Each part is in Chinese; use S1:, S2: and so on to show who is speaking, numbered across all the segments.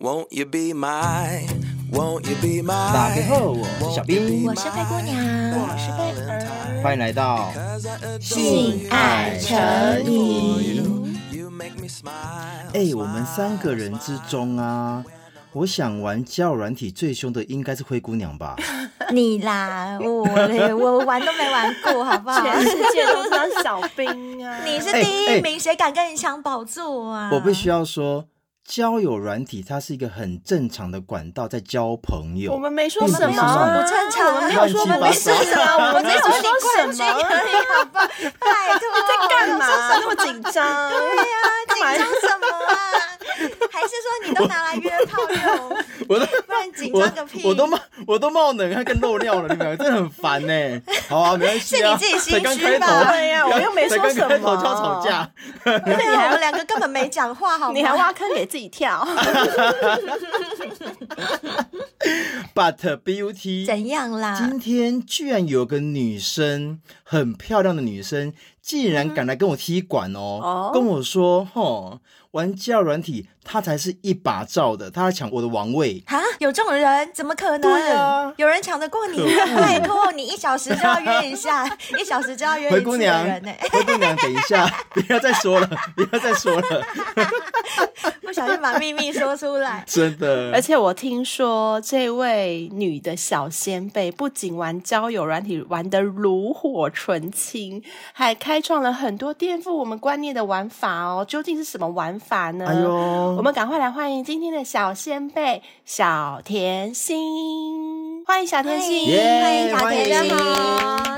S1: Won't you be my? Won't you be my?
S2: 大家好，我是小兵，
S3: 我是灰姑娘，我是贝儿，
S2: 欢迎来到
S3: 性爱成瘾。
S2: 哎、我们三个人之中啊，我想玩交友软体最凶的应该是灰姑娘吧？
S3: 你啦，我嘞，我玩都没玩过，好不好？
S4: 全世界都知道小兵 啊！
S3: 你是
S2: 哎
S3: 第一
S2: 哎
S3: 名，谁敢跟你抢宝座啊？
S2: 我必须要说，交友软体它是一个很正常的管道，在交朋友。
S4: 我们没说
S2: 并
S4: 什
S2: 不是
S4: 么
S2: 什么
S4: 啊，
S3: 不正常啊
S4: 我们没有说我们没说什么，我们
S3: 没
S4: 没有
S3: 有你
S4: 说
S3: 冠
S4: 什
S3: 军
S4: 么，
S3: 而已，好不好？拜托，
S4: 在干嘛那么紧张？
S3: 对呀、紧张什么啊？还是说你都拿来约炮用？
S2: 我都
S3: 不然紧
S2: 我
S3: 张个屁！
S2: 我都冒我都冒冷汗跟漏尿了，你们两个真的很烦呢、好啊，没关系啊，
S3: 是你自己心虚
S2: 才刚开头
S3: 吧
S4: 对呀我又没说
S2: 才刚开头
S4: 什么
S2: 就要吵架。
S3: 而且你还我们两个根本没讲话，好吗？
S4: 你还挖坑给自己跳，
S2: But beauty
S3: 怎样
S4: 嗯
S3: 啦？
S2: 今天居然有个女生，很漂亮的女生，竟然敢来跟我踢馆哦，
S4: 哦
S2: 跟我说，吼，玩交友软体，她才是一把照的，她要抢我的王位。
S3: 啊，有这种人怎么可能？
S2: 对啊
S3: 有人抢得过你
S2: 可恶？
S3: 拜托，你一小时就要约一 下，一小时就要约
S2: 灰
S3: 一
S2: 姑
S3: 次的
S2: 娘
S3: 人呢、， 哎
S2: 灰姑娘，等一 下，不要再说了，不要再说了，。
S3: 不小心把秘密说出来
S2: 真的。
S4: 而且我听说这位女的小先辈不仅玩交友软体玩得炉火纯青，还开创了很多颠覆我们观念的玩法哦。究竟是什么玩法呢？
S2: 哎呦，
S4: 我们赶快来欢迎今天的小先辈小甜心，欢迎小甜心。
S2: 耶
S3: 欢迎小
S2: 欢迎
S3: 甜心，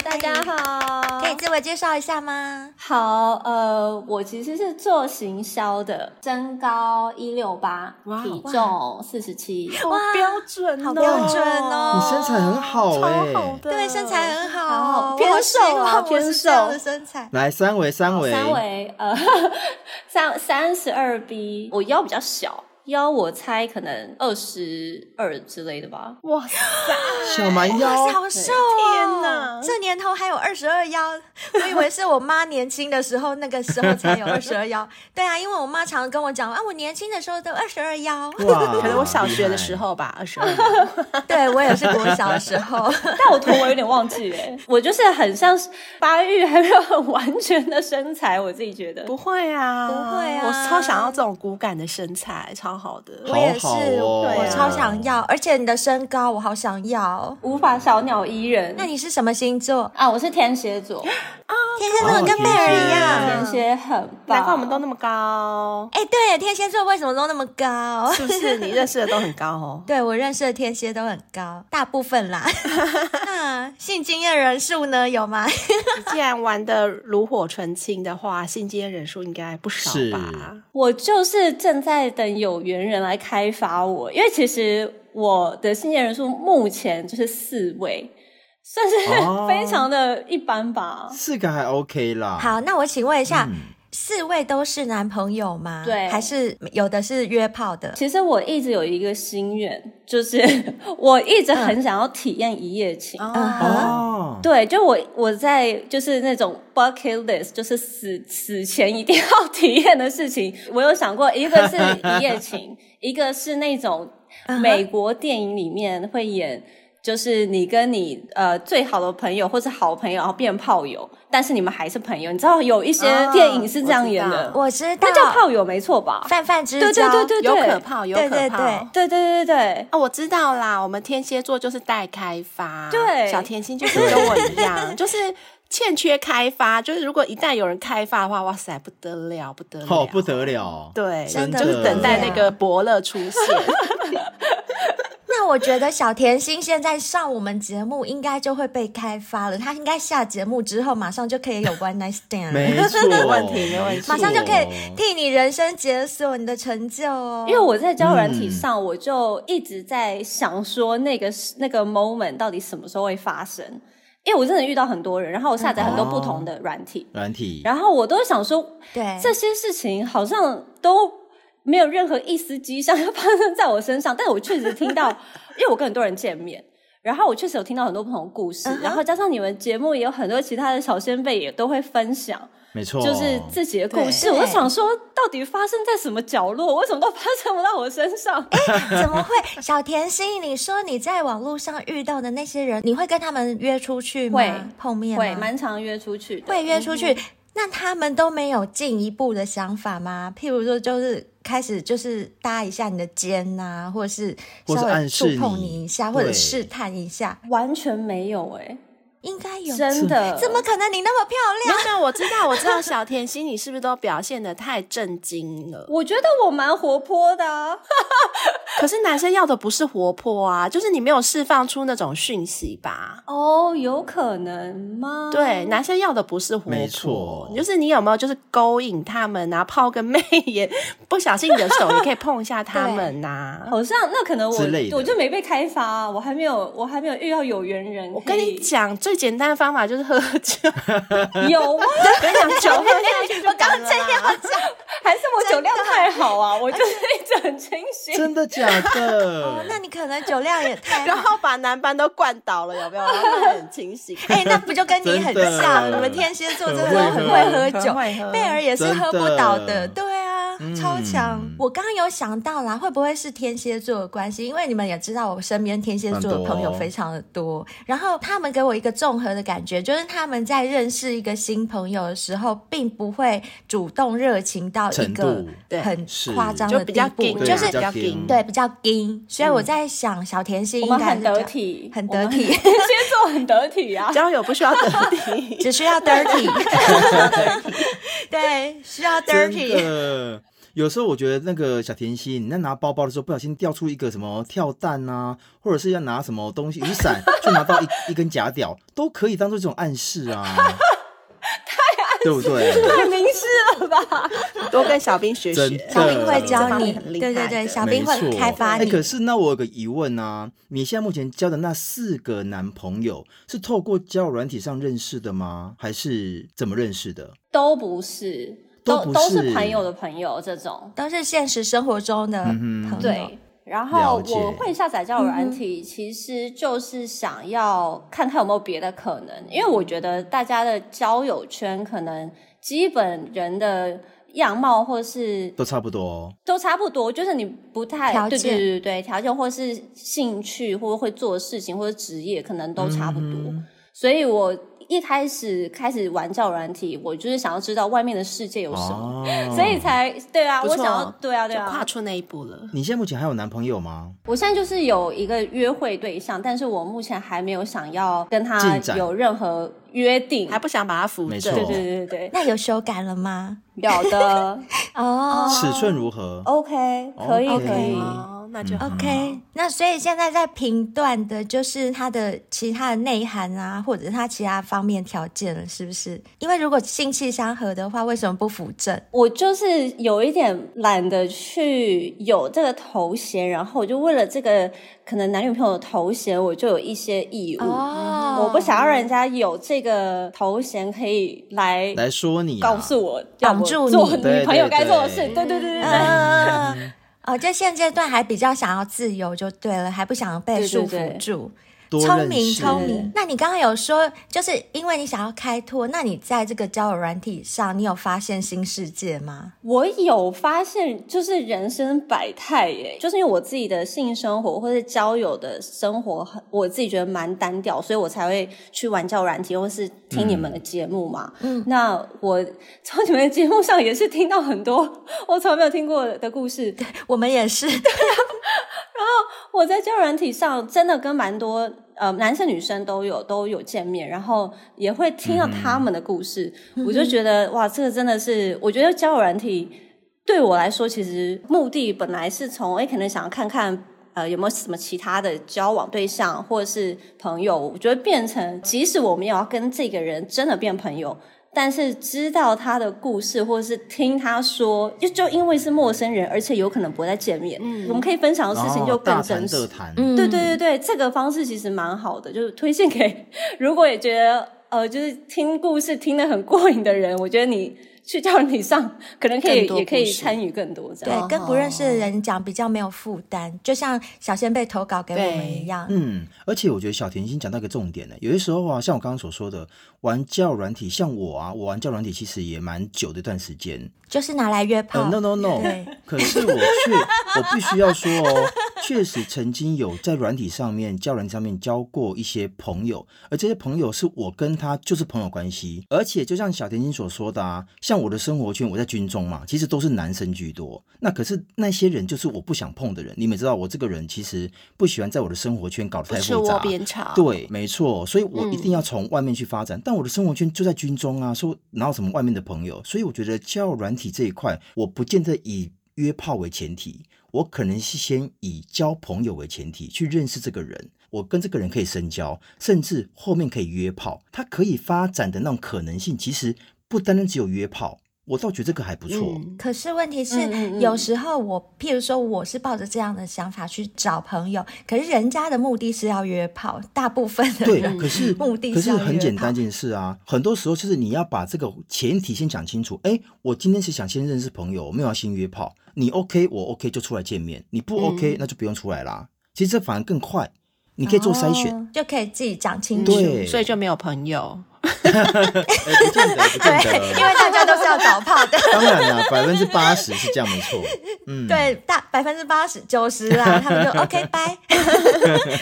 S5: 大家，好，
S3: 可以自我介绍一下吗？
S5: 好，呃，我其实是做行销的，身高一六八，
S4: 哇
S5: 体重四十七，
S4: 好 标准、哦，
S3: 好标准
S2: 你
S3: 哦
S2: 身材很好哎、
S4: 超好的，
S3: 对，身材很好，
S5: 好偏瘦啊
S3: 我好希望我是
S5: 偏
S3: 这样的
S5: 瘦
S3: 身材。
S2: 来三围，三围，
S5: 三围呃三三十二 B，我腰比较小。腰我猜可能二十二之类的吧，
S4: 哇塞，
S2: 小蛮腰
S3: 哇塞，好瘦哦！
S4: 天哪
S3: 这年头还有二十二腰， 我以为是我妈年轻的时候，那个时候才有二十二腰。对啊，因为我妈常跟我讲啊，我年轻的时候都二十二腰。
S2: 哇！
S4: 可能我小学的时候吧，二十 二。
S3: 对我也是国小的时 候，
S5: 但我图我有点忘记了，我就是很像是发育还没有很完全的身材，我自己觉得
S4: 不会啊，
S3: 不会啊
S4: 我超想要这种骨感的身材，超好的。
S3: 我也是，
S2: 好好哦
S3: 我
S4: 对啊
S3: 超想要，而且你的身高我好想要。
S5: 无法小鸟依人。
S3: 那你是什么星座？
S5: 啊，我是天蝎座，
S3: 天蝎座跟贝尔一
S2: 哦
S5: 天
S3: 样。
S5: 蝎很棒，
S4: 难怪我们都那么高，
S3: 哎，对，天蝎座为什么都那么高？。
S4: 是不是？你认识的都很高哦
S3: 对我认识的天蝎都很高，大部分啦。 那性经验人数呢？有吗？
S4: 你既然玩的炉火纯青的话，信接人数应该不少
S2: 是
S4: 吧？
S5: 我就是正在等有缘人来开发我，因为其实我的信件人数目前就是四位，算是
S2: 哦
S5: 非常的一般吧。
S2: 四个还 OK 啦。
S4: 啊
S3: 好，那我请问一下，
S2: 嗯
S3: 四位都是男朋友吗？
S5: 对
S3: 还是有的是约炮的？
S5: 其实我一直有一个心愿，就是 我一直很想要体验一夜情。
S3: 嗯
S2: 哦，
S5: 对，就我我在就是那种 bucket list，就是死死前一定要 体验的事情。我有想过，一个是一夜 情，一个是那种
S3: 嗯哼
S5: 美国电影里面会演，就是你跟你呃最好的朋友或是好朋友，然后变炮友，但是你们还是朋友。你知道有一些
S4: 啊
S5: 电影是这样演
S4: 我知
S5: 的，
S4: 道
S3: 我知道
S5: 那，叫炮友没错吧？
S3: 泛泛之
S5: 对对
S3: 交。
S5: 对对
S4: 有
S5: 对，
S4: 可泡，有可泡。
S3: 对对对
S5: 对对对对对。
S4: 啊，我知道啦，我们天蝎座就是待开发，
S5: 对
S4: 小甜心就是跟我一样， 就是欠缺开发，就是如果一旦有人开发的话，哇塞，不得了，不得了，
S2: 好不得了。
S4: 对，
S3: 真的
S4: 就是等待那个伯乐出现。
S3: 那我觉得小甜心现在上我们节目，应该就会被开发了。她应该下节目之后，马上就可以有 one night stand 了。
S2: 没错，
S4: 没问题没问题
S3: 马上就可以替你人生解锁你的成就哦！
S5: 因为我在交友软体
S2: 嗯
S5: 上，我就一直在想说那个是那个 moment 到底什么时候会发生。因为我真的遇到很多人，然后我下载很多不同的软体，
S2: 软体，
S5: 然后我都想说
S3: 对
S5: 这些事情好像都没有任何一丝迹象 要发生在我身上，但我确实听到，因为我跟很多人见面。然后我确实有听到很多不同的故事
S3: 嗯哼
S5: 然后加上你们节目也有很多其他的小先辈也都会分享，
S2: 没错，
S5: 就是自己的故
S3: 对
S5: 事。我就想说，到底发生在什么角落？为什么都发生不到我身上？
S3: 哎怎么会？小甜心，你说你在网络上遇到的那些人，你会跟他们约出去吗？
S5: 会
S3: 碰面
S5: 会
S3: 吗？
S5: 蛮嗯常约出去的，
S3: 会约出去，那他们都没有进一步的想法吗？譬如说，就是开始就是搭一下你的肩呐、或者是
S2: 或是
S3: 稍
S2: 暗
S3: 微触
S2: 示
S3: 碰
S2: 你
S3: 你一下，或者
S2: 对
S3: 试探一下，
S5: 嗯完全没有哎、
S3: 应该有。
S5: 真的
S3: 怎么可能？你那么漂
S4: 没
S3: 亮，
S4: 有没有，我知道，我知道，小甜心，你是不是都表现的太震惊了？
S5: 我觉得我蛮活泼的、啊，
S4: 可是男生要的不是活泼啊，就是你没有释放出那种讯息吧？
S5: 哦，有可能吗？
S4: 对，男生要的不是活泼，
S2: 没错
S4: 就是你有没有就是勾引他们啊，抛个媚眼，不小心你的手也可以碰一下他们呐、
S5: 好像那可能我
S2: 之类的
S5: 我就没被开发、啊，我还没有我还没有遇到有缘人。
S4: 我跟你，讲，最简单的方法就是喝酒，
S5: 有吗？
S4: 我跟你讲，酒喝下去就
S3: 我刚
S4: 敢了
S3: 正要
S4: 啦。
S3: 讲，
S5: 还是我酒量太好啊？我就是一直很清醒。
S2: 真的假
S3: 哦
S2: 的？
S3: 那你可能酒量也 太
S4: 然
S3: 好。
S4: 后把男班都灌倒了，有没有？然后很清醒。
S3: 哎、那不就跟你很
S2: 真的
S3: 像？你们天蝎座真的
S2: 很
S3: 很
S2: 会
S3: 会
S2: 喝
S3: 喝
S4: 很
S3: 酒，
S4: 会喝
S3: 贝尔也是喝不倒
S2: 真
S3: 的，
S2: 的嗯
S3: 对啊，超强。我刚刚有想到啦，会不会是天蝎座的关系？因为你们也知道，我身边天蝎座的朋友非常的多，然后他们给我一个综合的感觉，就是他们在认识一个新朋友的时候，并不会主动热情到一
S2: 程
S3: 个
S2: 度
S4: 对
S3: 很
S2: 是
S3: 夸张
S4: 就
S3: 的
S4: 比
S3: 地
S4: 较
S3: 步，
S4: 硬，
S2: 对
S3: 就是
S2: 比较硬
S3: 对比较硬。所以我在想，小甜心
S5: 我
S3: 应
S5: 们
S3: 该
S5: 很
S3: 是这样
S5: 得，体，
S3: 很
S5: 我
S3: 得
S5: 们
S3: 体
S5: 天蝎座很得体啊。
S4: 交友不需要得体。
S3: 只需要 dirty，对，需要
S2: 真
S3: dirty。
S2: 的。有时候我觉得那个小甜心，你在拿包包的时候不小心掉出一个什么跳蛋啊，或者是要拿什么东西雨伞，就拿到一一根假屌，都可以当做这种暗示啊，对不对？
S5: 太明示了吧？
S4: 多跟小兵学
S2: 真
S4: 学
S2: 的，
S3: 小兵会教你
S4: 这方面，很厉害
S3: 对对对，
S4: 的
S3: 小
S2: 没
S3: 兵
S2: 错，
S3: 会开发
S2: 哎
S3: 你。
S2: 可是那我有个疑问啊，你现在目前交的那四个男朋友是透过交友软体上认识的吗？还是怎么认识的？
S5: 都不是，
S2: 都
S5: 都
S2: 不
S5: 都是
S2: 是
S5: 朋友的朋友这种。
S3: 都是现实生活中的
S2: 嗯
S3: 朋友，
S5: 对，然
S2: 了
S5: 后
S2: 解
S5: 我会下载交友软体，其实就是想要看看有没有别的可能，因为我觉得大家的交友圈可能基本人的样貌或是
S2: 都差不多，哦
S5: 都差不多，就是你不太
S3: 条件
S5: 对对对对条件或是兴趣或会做的事情或者职业可能都差不多，所以我一开始开始玩交友软体，我就是想要知道外面的世界有什么，
S2: 哦，
S5: 所以才对啊，
S4: 不
S5: 我
S4: 错
S5: 想要对啊对啊，
S4: 就跨出那一步了。
S2: 你现在目前还有男朋友吗？
S5: 我现在就是有一个约会对象，但是我目前还没有想要跟他
S2: 进展
S5: 有任何约定。
S4: 还不想把它扶
S2: 没
S4: 正，
S2: 错
S5: 对对对对，
S3: 那有修改了吗？
S5: 有的
S3: 哦、
S2: 尺寸如何？
S5: 哦，OK，可以
S2: OK
S5: 可以。
S4: 哦，那
S2: 嗯
S4: 就好
S3: o k 那所以现在在评断的就是它的其他的内涵啊，或者它其他方面条件了，是不是？因为如果性气相合的话，为什么不扶正？
S5: 我就是有一点懒得去有这个头衔，然后我就为了这个可能男女朋友的头衔，我就有一些义务。
S3: 哦
S5: 我不想要让人家有这个头衔可以来
S2: 来说你、啊，
S5: 告诉我，要我
S3: 绑住你
S5: 做
S2: 对
S5: 女
S2: 对
S5: 朋友该做的事。
S2: 对
S5: 对对对对对。
S3: 嗯， 哦，就现阶段还比较想要自由就对了，还不想被
S5: 对对
S3: 束
S5: 对
S3: 缚住。
S2: 多
S3: 聪
S2: 认
S3: 明
S2: 识
S3: 聪明。那你刚刚有说，就是因为你想要开拓，那你在这个交友软体上，你有发现新世界吗？
S5: 我有发现，就是人生百态耶，就是因为我自己的性生活或者交友的生活很，我自己觉得蛮单调，所以我才会去玩交友软体，或是听你们的节目嘛。嗯，那我从你们的节目上也是听到很多 我从来没有听过的故事。
S3: 我们也 是，
S5: 我在交友软体上真的跟蛮多呃男生女生都有都有见面，然后也会听到他们的故事，我就觉得哇，这个真的是，我觉得交友软体对我来说，其实目的本来是从诶可能想要看看。呃，有没有什么其他的交往对象或者是朋友？我觉得变成，即使我们也要跟这个人真的变朋友，但是知道他的故事，或者是听他说，就就因为是陌生人，而且有可能不会再见面，我们可以分享的事情就
S2: 哦嗯大
S5: 更
S2: 谈
S5: 真
S2: 特
S5: 实。
S2: 谈，
S3: 嗯
S5: 对对对对，这个方式其实蛮好的，就是推荐给如果也觉得。呃，就是听故事听得很过瘾的人，我觉得你去教软体上，可能可以
S4: 更多
S5: 也可以
S4: 故事
S5: 参与更多这样。
S4: 哦
S3: 对，跟不认识的人讲比较没有负担，就像小仙贝投稿给我们一样。
S2: 嗯，而且我觉得小甜心讲到一个重点呢，有些时候啊，像我刚刚所说的，玩教软体，像我啊，我玩教软体其实也蛮久的一段时间。
S3: 就是拿来约炮。
S2: 呃，no no no，
S3: 对
S2: 可是我却 我必须要说哦，确实曾经有在软体上面、交人上面交过一些朋友，而这些朋友是我跟他就是朋友关系，而且就像小甜心所说的啊，像我的生活圈，我在军中嘛，其实都是男生居多。那可是那些人就是我不想碰的人，你们知道我这个人其实不喜欢在我的生活圈搞得
S4: 不
S2: 太
S4: 吃
S2: 复
S4: 窝
S2: 杂，
S4: 边草。，
S2: 对，没错，所以我一定要从外面去发展。但我的生活圈就在军中啊，说哪有什么外面的朋友？所以我觉得交友软体这一块，我不见得以约炮为前提，我可能是先以交朋友为前提去认识这个人。我跟这个人可以深交，甚至后面可以约炮，他可以发展的那种可能性，其实不单单只有约炮，我倒觉得这个还不错。
S4: 嗯，
S3: 可是问题是，
S5: 嗯嗯嗯
S3: 有时候我，譬如说，我是抱着这样的想法去找朋友，可是人家的目的是要约炮，大部分的
S2: 对，
S3: 人哦
S2: 可是
S3: 目的
S2: 可是
S3: 是要
S2: 很
S3: 约
S2: 简
S3: 炮
S2: 单一件事啊，很多时候就是你要把这个前提先讲清楚。哎，我今天是想先认识朋友，我没有要先约炮。你 OK，我 OK 就出来见面，你
S3: 嗯
S2: 不 OK、那就不用出来啦。其实这反而更快，你可以做筛 选。
S3: 哦就可以自己讲清楚。
S2: 对，
S4: 所以就没有朋友。
S2: 哎不见得，不见
S3: 对，因
S2: 得。
S3: 为大家都是要找炮的。
S2: 当然啦，百分之八十是这样没 错。嗯，
S3: 对，大百分之八十九十 啦，他们就 OK 拜，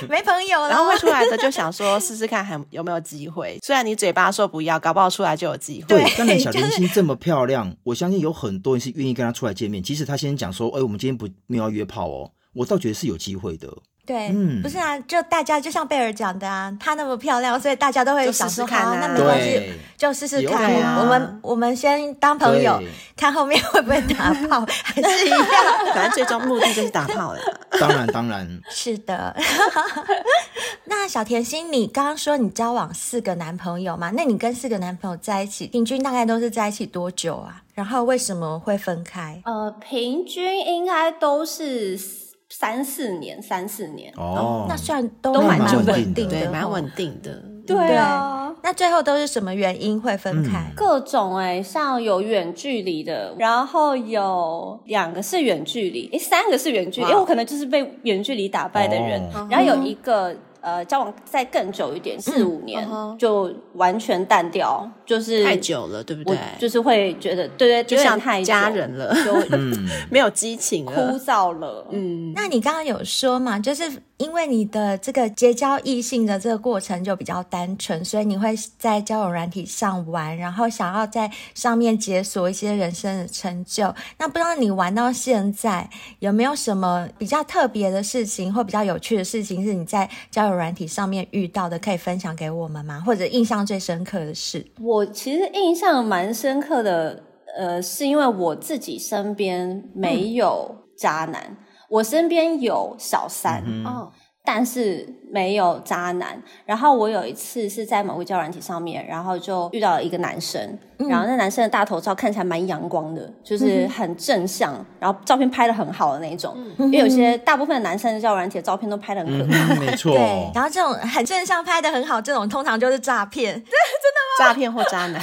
S3: 没朋友
S4: 然后
S3: 了
S4: 会。出来的就想说试试看还有没有机会。虽然你嘴巴说不要，搞不好出来就有机会。
S2: 对
S3: 对，
S2: 当然小
S3: 就
S2: 甜
S3: 是
S2: 心这么漂亮，我相信有很多人是愿意跟她出来见面。即使她先讲说，哎，我们今天不没有要约炮哦，我倒觉得是有机会的。
S3: 对，
S2: 嗯
S3: 不是啊，就大家就像贝尔讲的啊，她那么漂亮，所以大家都会
S4: 就
S3: 想
S4: 试试
S3: 说，
S4: 看
S3: 好，
S4: 啊
S3: 那没关系，
S2: 对。
S3: 就试试
S2: 也
S3: 看
S2: OK
S4: 啊。
S3: 我们我们先当朋友
S2: 对，
S3: 看后面会不会打炮，还是一样。
S4: 反正最终目的就是打炮了。
S2: 当然当然，
S3: 是的， 那小甜心，你刚刚说你交往四个男朋友嘛？那你跟四个男朋友在一起，平均大概都是在一起多久啊？然后为什么会分开？
S5: 呃，平均应该都是三四年，三四年。
S2: 哦，
S3: 那算都
S5: 都蛮
S3: 蛮
S5: 稳
S2: 定
S3: 稳定
S2: 的
S3: 的，哦
S4: 对，蛮。稳定的。
S5: 对啊，
S3: 那最后都是什么原因会分开？
S5: 各种哎、像有远距离的，然后有两个是远距离，诶，三个是远距离，
S4: 哇
S5: 因为我可能就是被远距离打败的人。
S2: 哦
S5: 然后有一个呃，交往再更久一点，四五年、
S4: 嗯哼
S5: 就完全淡掉，就是
S4: 太久了，对不
S5: 我
S4: 对？
S5: 就是会觉得，对对，
S4: 就
S5: 有点
S4: 像
S5: 太久
S4: 家人了，
S5: 就
S2: 嗯，
S4: 没有激情
S5: 枯
S4: 了。
S5: 燥了。
S4: 嗯，
S3: 那你刚刚有说嘛，就是因为你的这个结交异性的这个过程就比较单纯，所以你会在交友软体上玩，然后想要在上面解锁一些人生的成就。那不知道你玩到现在有没有什么比较特别的事情或比较有趣的事情是你在交友软体上面遇到的，可以分享给我们吗？或者印象最深刻的事？
S5: 我其实印象蛮深刻的，呃，是因为我自己身边没有渣男，我身边有小三，嗯
S4: 哦，
S5: 但是没有渣男。然后我有一次是在某个交友软体上面，然后就遇到了一个男生，然后那男生的大头照看起来蛮阳光的，就是很正向，然后照片拍的很好的那一种。因为有些大部分的男生的交友软体的照片都拍的很可怕，
S2: 嗯没错，
S3: 对，然后这种很正向拍的很好，这种通常就是诈骗。
S4: 诈骗或渣男，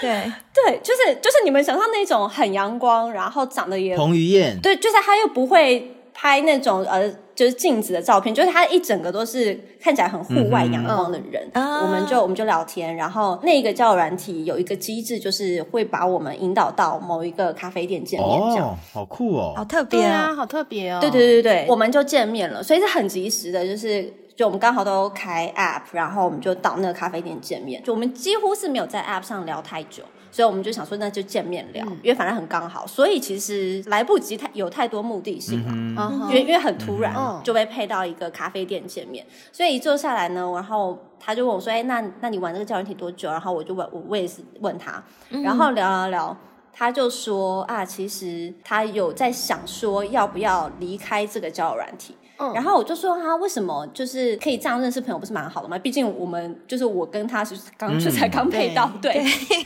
S3: 对，
S5: 对，就是就是你们想象那种很阳光，然后长得也
S2: 彭于晏，
S5: 对，就是他又不会拍那种呃，就是镜子的照片，就是他一整个都是看起来很
S2: 嗯
S5: 户外阳光的人。
S3: 嗯
S5: 我们就我们就聊天，然后那个交友软体有一个机制，就是会把我们引导到某一个咖啡店见面，这样。
S2: 哦，好酷
S3: 好
S2: 哦，
S3: 特别
S4: 对
S3: 哦。
S4: 啊，好特别哦。
S5: 对对对对，我们就见面了，所以是很及时的，就是。就我们刚好都开 app，然后我们就到那个咖啡店见面。就我们几乎是没有在 app 上聊太久，所以我们就想说那就见面聊，因为反正很刚好，所以其实来不及太有太多目的性啊了。
S2: 嗯，
S4: 嗯哼，
S5: 因为因为很突然
S4: 嗯
S5: 就被配到一个咖啡店见面，所以一坐下来呢，然后他就问我说：“哎、那那你玩这个交友软体多久？”然后我就问我我也是问他，
S4: 嗯
S5: 然后聊聊聊，他就说啊，其实他有在想说要不要离开这个交友软体。
S4: 嗯
S5: 然后我就说啊，为什么就是可以这样认识朋友，不是蛮好的吗？毕竟我们就是我跟他是刚就才刚配到，对，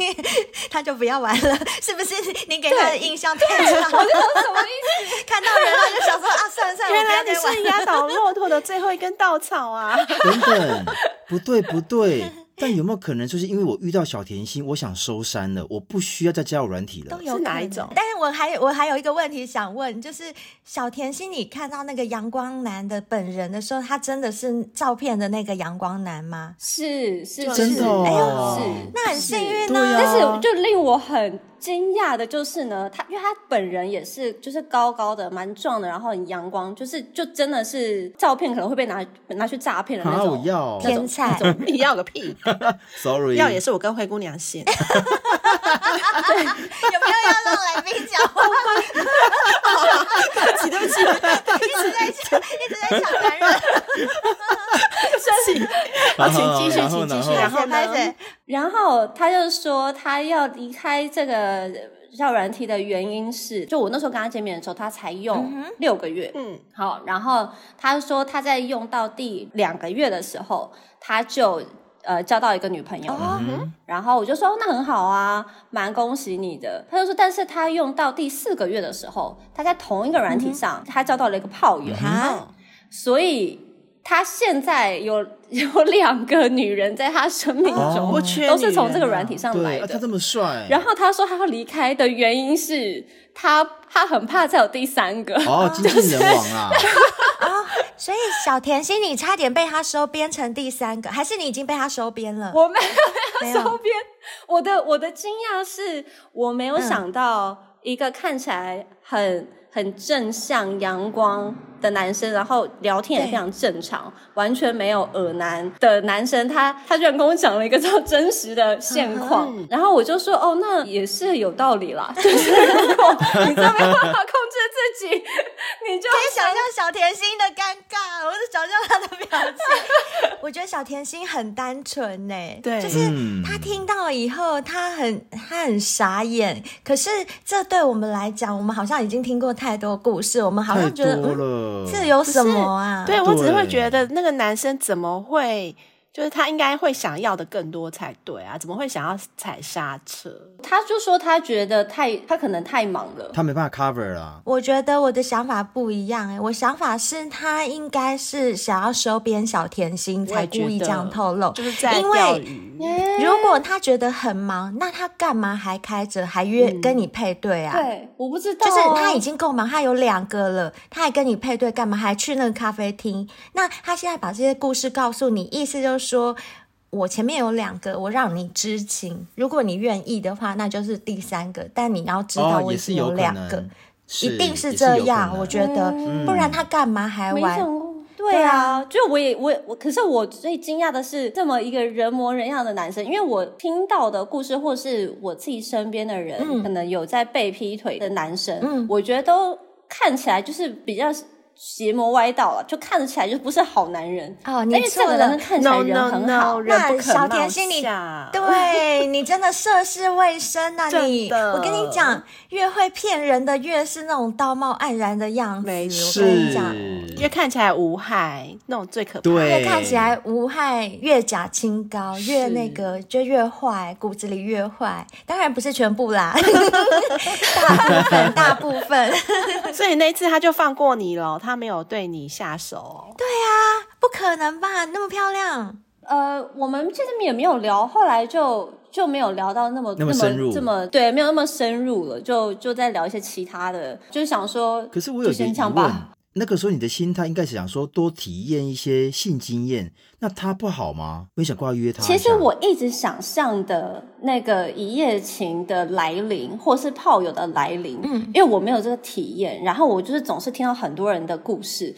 S3: 他就不要玩了，是不是？你给他的印象太差了，
S5: 什么意 思？
S3: 看到人他就想说啊，算了算了，
S4: 原来
S3: 我不
S4: 你
S3: 要再玩
S4: 是压倒骆驼的最后一根稻草啊！
S2: 等等，不对不对，但有没有可能就是因为我遇到小甜心，我想收山了，我不需要再加入软体了
S3: 都？有可
S4: 是哪一
S3: 能
S4: 种
S3: 但是我还我还有一个问题想问，就是小甜心，你看到那个阳光男的本人的时候，他真的是照片的那个阳光男吗？
S5: 是是哎
S4: 就是
S2: 真的哦
S5: 是是，
S3: 那很幸运
S2: 对
S3: 呢、
S2: 啊
S5: 但是就令我很惊讶的就是呢，他因为他本人也是就是高高的，蛮壮的，然后很阳光，就是就真的是照片可能会被拿拿去诈骗的那
S2: 啊，我
S5: 种。
S2: 要
S5: 那
S3: 天
S5: 种
S3: 才
S5: 那种
S4: 你要个屁！
S2: ，sorry，
S4: 要也是我跟灰姑娘姓，
S3: 有没有要让来宾讲话？
S4: 对不起，对不起，
S3: 一直在抢，一直在抢男人。
S4: 对不 起。
S2: 然后
S4: 请继续
S2: 然后
S4: 请继续
S2: 然
S4: 然
S2: 后
S4: 后呢
S3: 拍谁？
S5: 然后他就说他要离开这个绕软体的原因是，就我那时候跟他见面的时候，他才用六个月，
S4: 嗯，
S5: 好，然后他说他在用到第两个月的时候，他就呃交到一个女朋友，
S3: 哦，
S5: 然后我就说、哦那很好啊，蛮恭喜你的。他就说，但是他用到第四个月的时候，他在同一个
S2: 嗯
S5: 软体上，他交到了一个炮友，
S3: 啊，
S5: 所以他现在有 有两个女人在他生命
S2: 哦
S5: 中，
S4: 不缺
S5: 都是
S4: 女
S5: 从
S4: 人
S5: 这个
S4: 啊
S5: 软体上来
S2: 对，啊他
S5: 的。
S2: 这么帅，
S5: 然后他说他要离开的原因是他他很怕再有第三个。
S2: 哦，精尽人亡啊，
S3: 所以小甜心，你差点被他收编成第三个，还是你已经被他收编了？
S5: 我没
S3: 没
S5: 有
S3: 有
S5: 要收编。我的我的惊讶是我没有想到一个看起来很很正向、阳光的男生，然后聊天也
S3: 对
S5: 非常正常，完全没有耳男的男生，他他居然跟我讲了一个这么真实的现况，然后我就说哦，那也是有道理 啦，就是如果你真没办法控制自己，你就
S3: 可以想象小甜心的尴尬，我是想象她的表 情。我觉得小甜心很单纯呢、
S4: 对
S3: 就是
S2: 嗯
S3: 她听到以后，她很她很傻眼。可是这对我们来讲，我们好像已经听过太多故事，我们好
S2: 太
S3: 像觉得
S2: 多
S3: 嗯，
S2: 了，
S3: 这有什么啊？
S4: 对我只是会
S2: 对
S4: 觉得那个男生怎么会，就是他应该会想要的更多才对啊，怎么会想要踩刹车？
S5: 他就说他觉得太他可能太忙了，
S2: 他没办法 cover 啦，
S3: 我觉得我的想法不一样哎、我想法是他应该是想要收编小甜心，才故意这样透露，
S4: 就是在
S3: 因
S4: 钓
S3: 为
S4: 鱼。
S3: 如果他觉得很忙，那他干嘛还开着还约、
S4: 嗯
S3: 跟你配对啊？，
S5: 对，我不知道
S3: 就
S5: 啊、
S3: 是
S4: 哦
S3: 他已经够忙，他有两个了，他还跟你配对干嘛？还去那个咖啡厅？那他现在把这些故事告诉你，意思就是说。我前面有两个，我让你知情。如果你愿意的话，那就是第三个。但你要知道，
S2: 哦，
S3: 我
S2: 也
S3: 已
S2: 是
S3: 经有
S2: 可
S3: 两个，
S2: 能，
S3: 一定是
S2: 也
S3: 这
S2: 有可
S3: 样。
S2: 能嗯
S3: 我觉得，
S4: 嗯
S3: 不然他干嘛还
S5: 没
S3: 玩？
S5: 想过。对啊，就我也我也我，可是我最惊讶的是这么一个人模人样的男生，因为我听到的故事，或是我自己身边的人，
S3: 嗯
S5: 可能有在被劈腿的男生，
S3: 嗯
S5: 我觉得都看起来就是比较邪魔歪道了，就看起来就不是好男人。
S3: 哦，
S5: 但
S3: 你
S5: 是
S3: 错
S5: 这个
S3: 了
S5: 人。看起来人很好
S4: No, no, no，人不
S3: 那
S4: 可
S3: 小
S4: 貌
S3: 甜心你
S4: 相
S3: 对你真的涉世未深呐、
S4: 真
S3: 你
S4: 的
S3: 我跟你讲，越会骗人的，越是那种道貌岸然的样子。
S4: 没
S3: 我
S4: 错
S3: 跟你讲，
S4: 因为看起来无害，那种最可怕。
S2: 对，
S3: 越看起来无害，越假清高，越
S4: 是
S3: 那个就越坏，骨子里越坏。当然不是全部 啦，大部分，大部分。
S4: 所以那一次他就放过你了，他没有对你下手哦。
S3: 不可能吧？那么漂亮，
S5: 呃，我们其实也没有聊，后来就就没有聊到那么
S2: 那么深入
S5: 这么对，没有那么深入了，就就在聊一些其他的，就是想说，
S2: 可是我有
S5: 就
S2: 一个
S5: 先
S2: 疑
S5: 这样吧
S2: 问。，那个时候你的心态应该是想说多体验一些性经验，那他不好吗？没想过要约他一下。
S5: 其实我一直想象的那个一夜情的来临，或是炮友的来临，
S3: 嗯
S5: 因为我没有这个体验，然后我就是总是听到很多人的故事。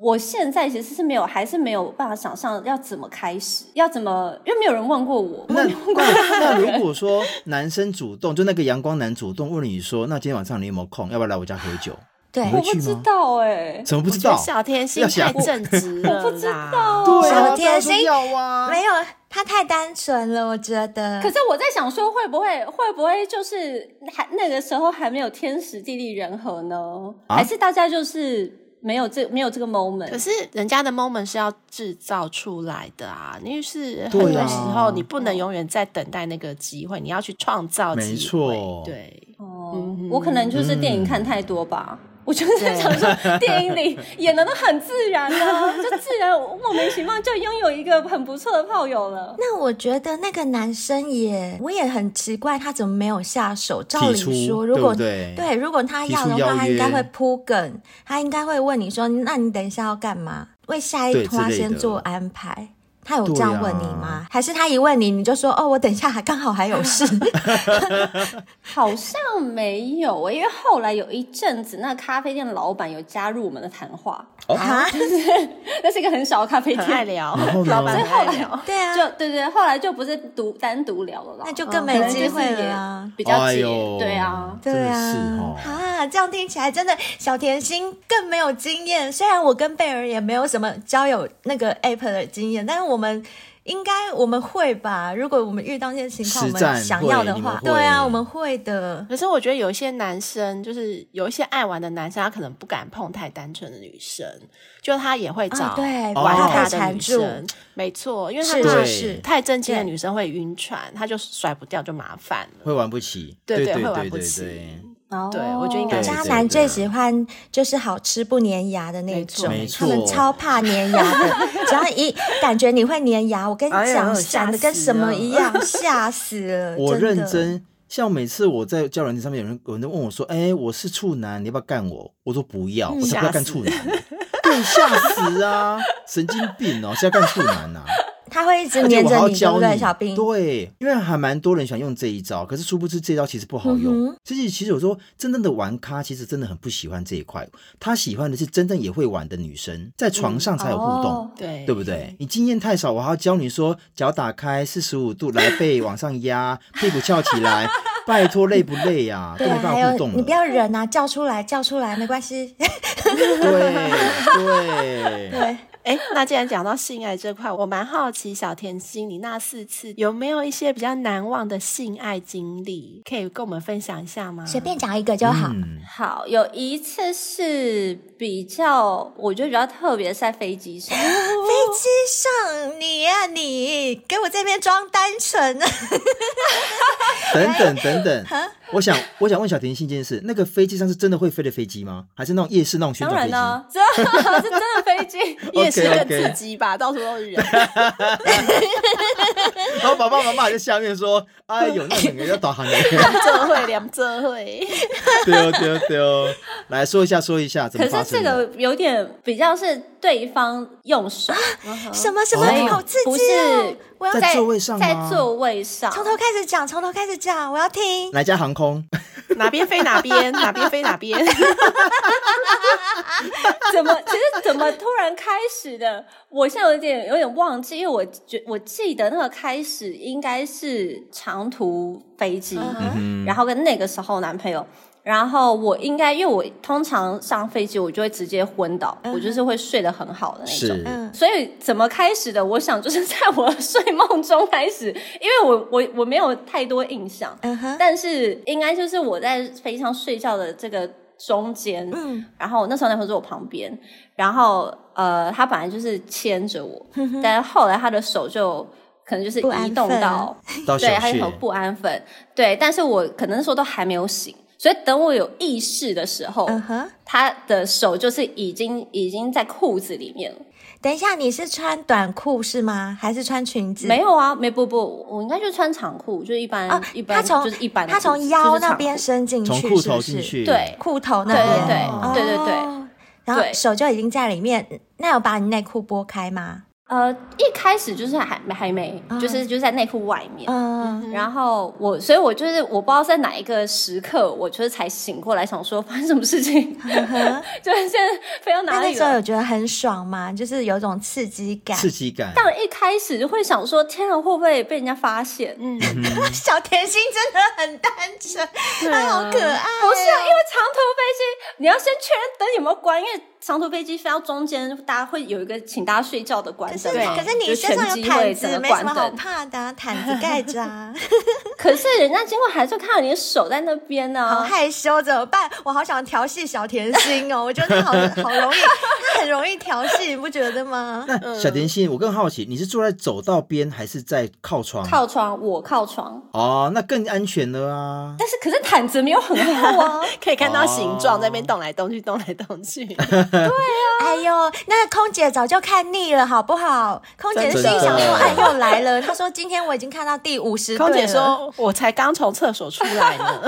S5: 我现在其实是没有，还是没有办法想象要怎么开始，要怎么，因为没有人问过 我。
S2: 那 那那如果说男生主动，就那个阳光男主动问你说，那今天晚上你有没有空？要不要来我家喝酒？
S3: 对
S2: 你
S5: 我
S2: 会
S5: 不
S2: 去
S5: 知
S2: 吗？
S5: 道哎、
S2: 怎么不
S4: 我
S2: 知
S4: 觉得
S2: 道？
S4: 小甜心
S2: 要想
S4: 太正直了啦，
S5: 我不知道
S2: 对
S3: 小
S2: 啊，
S3: 甜心
S2: 当然要啊。
S3: 没有他太单纯了，我觉得。
S5: 可是我在想说，会不会会不会就是还那个时候还没有天时地利人和呢？
S2: 啊
S5: 还是大家就是没有这没有这个 moment？
S4: 可是人家的 moment 是要制造出来的啊，因为是很
S2: 对啊
S4: 多时候你不能永远在等待那个机会，你要去创造机会。
S2: 没错
S4: 对，
S5: 嗯哦，我可能就是电影看太多吧。我就是想说，电影里演的都很自然啊， 就自然莫名其妙就拥有一个很不错的炮友了。
S3: 那我觉得那个男生也，我也很奇怪他怎么没有下手。照理
S2: 提出
S3: 说，如果
S2: 对不对
S3: 如果他要
S2: 提
S3: 的
S2: 出邀
S3: 话，
S2: 约
S3: 他应该会铺梗，他应该会问你说：“那你等一下要干嘛？”为下一
S2: 对
S3: 团
S2: 之类的
S3: 先做安排。他有
S2: 对
S3: 这样问你吗？还是他一问你，你就说：“哦，我等一下刚好还有事。
S5: 好像没有诶，因为后来有一阵子，那咖啡店的老板有加入我们的谈 话，
S2: 哦”
S3: 啊，
S5: 那是一个很小的咖啡
S4: 很爱
S5: 店，
S4: 聊
S2: 然后，呢
S4: 老板很爱聊。
S3: 对啊，
S5: 就对对，后来就不是独单独聊了啦，
S3: 那就更
S5: 可
S3: 没
S5: 能
S3: 机
S5: 就是
S3: 会
S5: 也
S3: 了啊。
S5: 比较
S2: 哎
S5: 解，
S2: 呦
S5: 对啊。
S2: 真的
S3: 对啊，
S2: 是哦
S3: 啊，这样听起来真的小甜心更没有经验。虽然我跟贝尔也没有什么交友那个 app 的经验，但是我们应该我们会吧？如果我们遇到一些情况，我
S2: 实战
S3: 们想要的
S2: 会你
S3: 话
S2: 们，会
S3: 对啊，我们会的。
S4: 可是我觉得有一些男生，就是有一些爱玩的男生，他可能不敢碰太单纯的女生，就他也会找
S3: 啊对
S4: 玩
S2: 把他
S4: 他
S3: 被
S4: 的女
S3: 缠住
S4: 生。没错，因为他
S3: 是
S4: 怕
S2: 对
S3: 是是，
S4: 太正经的
S3: 对
S4: 女生会晕船，他就甩不掉，就麻烦了。
S2: 会玩不起，
S4: 对
S2: 对
S4: 对
S2: 对
S4: 会玩
S2: 对
S4: 不
S2: 对
S4: 起
S2: 对
S5: 哦
S4: 对我觉得应该
S2: 对
S4: 是
S3: 渣
S2: 对
S3: 男
S2: 对
S3: 最喜欢就是好吃不粘牙的那种
S2: 没，
S3: 他
S2: 错
S3: 们超怕粘牙的，只要一感觉你会粘牙，我跟你
S4: 哎呀
S3: 讲，闪的跟什么一样，吓死 了！
S2: 我
S3: 呃真
S2: 认
S3: 的
S2: 真，像每次我在交友软件上面有人有人问我说：“哎、我是处男，你要不要干我？”我说不要，
S3: 嗯
S2: 我才不要干处男呢，对，吓死啊，神经病哦，是要干处男呐、啊。
S3: 他会一直
S2: 而且
S3: 黏
S2: 我还
S3: 着
S2: 要教
S3: 你，对
S2: 你，
S3: 不对，小兵？
S2: 对，因为还蛮多人想用这一招，可是殊不知这一招其实不好
S3: 嗯
S2: 用
S3: 哼。
S2: 其实、其实有时候真正的玩咖，其实真的很不喜欢这一块，他喜欢的是真正也会玩的女生，在床上才有互动。
S5: 哦
S4: 对，
S2: 对不对？你经验太少，我还要教你说脚打开四十五度，来背往上压，屁股翘起来，拜托累不累啊呀、都
S3: 对，啊
S2: 没办
S3: 还
S2: 法互
S3: 有
S2: 动
S3: 你不
S2: 了。
S3: 要忍啊，叫出来，叫出来，没关系。
S2: 对对，
S3: 对，
S4: 哎，那既然讲到性爱这块，我蛮好奇小甜心，你那四次有没有一些比较难忘的性爱经历，可以跟我们分享一下吗？
S3: 随便讲一个就好。
S2: 嗯，
S5: 好，有一次是比较，我觉得比较特别，是在飞机 上。
S3: 飞机上，你呀、你给我这边装单纯啊！
S2: 等等等等，我想我想问小甜心一件事：那个飞机上是真的会飞的飞机吗？还是那种夜市那种旋
S5: 当
S2: 转
S5: 然
S2: 飞
S5: 呢
S2: 机？、哦
S5: 这 是真的 飞机。
S4: 夜市
S2: OK，OK
S4: 更刺激吧，到处都是人。
S2: 然后爸爸妈妈在下面说：“哎呦，那两个要导航的，
S4: 这会两这会，
S2: 对哦对哦对哦。”来说一下说一下怎么
S5: 可
S2: 发
S5: 是这
S2: 生的？
S5: 个有点比较是对方用手，
S2: 啊
S3: 什么什么，
S2: 哦
S3: 好刺
S5: 不
S3: 激哦
S5: 是！
S3: 我要
S2: 在
S5: 在
S2: 座位上吗
S5: 在座位上。
S3: 从头开始讲，从头开始讲，我要听。
S2: 哪一家航空？
S4: 哪边飞哪边，哪边飞哪边。
S5: 怎么？其实怎么突然开始的？我现在有点有点忘记，因为我觉我记得那个开始应该是长途飞机，
S2: 嗯
S5: 然后跟那个时候男朋友，然后我应该因为我通常上飞机我就会直接昏倒，我就是会睡得很好的那种。
S2: 嗯是
S3: 嗯，
S5: 所以怎么开始的？我想就是在我的睡梦中开始，因为我 我我没有太多印象，
S3: 嗯哼，
S5: 但是应该就是我在飞机上睡觉的这个中间，
S3: 嗯，
S5: 然后那时候男朋友坐我旁边，然后呃，他本来就是牵着 我，但是后来他的手就可能就是
S3: 不安
S5: 移动
S3: 分
S5: 到，
S2: 到小
S5: 对，他就
S2: 穴
S5: 很不安分，对，但是我可能说都还没有醒，所以等我有意识的时候，
S3: 嗯哼。
S5: 他的手就是已经已经在裤子里面了。
S3: 等一下，你是穿短裤是吗？还是穿裙子？
S5: 没有啊，没不不，我应该就穿长裤，就是一般、
S3: 啊，
S5: 一般，
S3: 他从
S5: 就是一般的
S3: 他
S5: 裤子
S3: 从腰
S5: 就是
S3: 那
S5: 长
S3: 边
S5: 裤
S3: 伸进嗯去，
S2: 从
S3: 是
S2: 裤头
S3: 不是
S2: 进去，
S5: 对
S3: 裤头那
S5: 对
S3: 边，
S2: 哦
S5: 对对对对对。
S3: 哦然后
S5: 对
S3: 手就已经在里面，那有把你内裤拨开吗？
S5: 呃，一开始就是还还没，
S3: 啊
S5: 就是就是在内裤外面。
S3: 嗯，
S5: 然后我，所以我就是我不知道在哪一个时刻，我就是才醒过来，想说发生什么事情， 就是现在飞到
S3: 那
S5: 哪
S3: 那
S5: 里
S3: 时候有
S5: 了。
S3: 觉得很爽吗？就是有种刺激感。
S2: 刺激感。
S5: 当然一开始就会想说，天啊，会不会被人家发现？
S4: 嗯，
S3: 小甜心真的很单纯，
S4: 对
S3: 她
S4: 啊
S3: 好可爱哦、
S5: 不是啊，因为长途飞机，你要先确认灯有没有关，因为长途飞机飞到中间，大家会有一个请大家睡觉的关
S3: 可是
S5: 灯嘛
S3: 可是你
S5: 就
S3: 身上
S5: 全
S3: 有
S5: 机
S3: 毯
S5: 会
S3: 子，
S5: 整个
S3: 没什
S5: 关
S3: 么好
S5: 灯。
S3: 怕的啊、毯子盖着啊，
S5: 可是人家经过还是看到你的手在那边呢、
S3: 好害羞，怎么办？我好想调戏小甜心 哦，我觉得他好好容易，他很容易调戏，你不觉得吗？
S2: 那小甜心，我更好奇，你是坐在走道边还是在靠窗？
S5: 靠窗，我靠窗，
S2: 哦，那更安全了啊。
S5: 但是可是毯子没有很厚 啊。
S4: 可以看到形状
S2: 哦
S4: 在那边动来动去，动来动去。
S3: 哎呦，那空姐早就看腻了，好不好？空姐心
S2: 真的
S3: 想说：“哎，又来了。”她说：“今天我已经看到第五十
S4: 空姐
S3: 对了。”
S4: 说：“我才刚从厕所出来呢，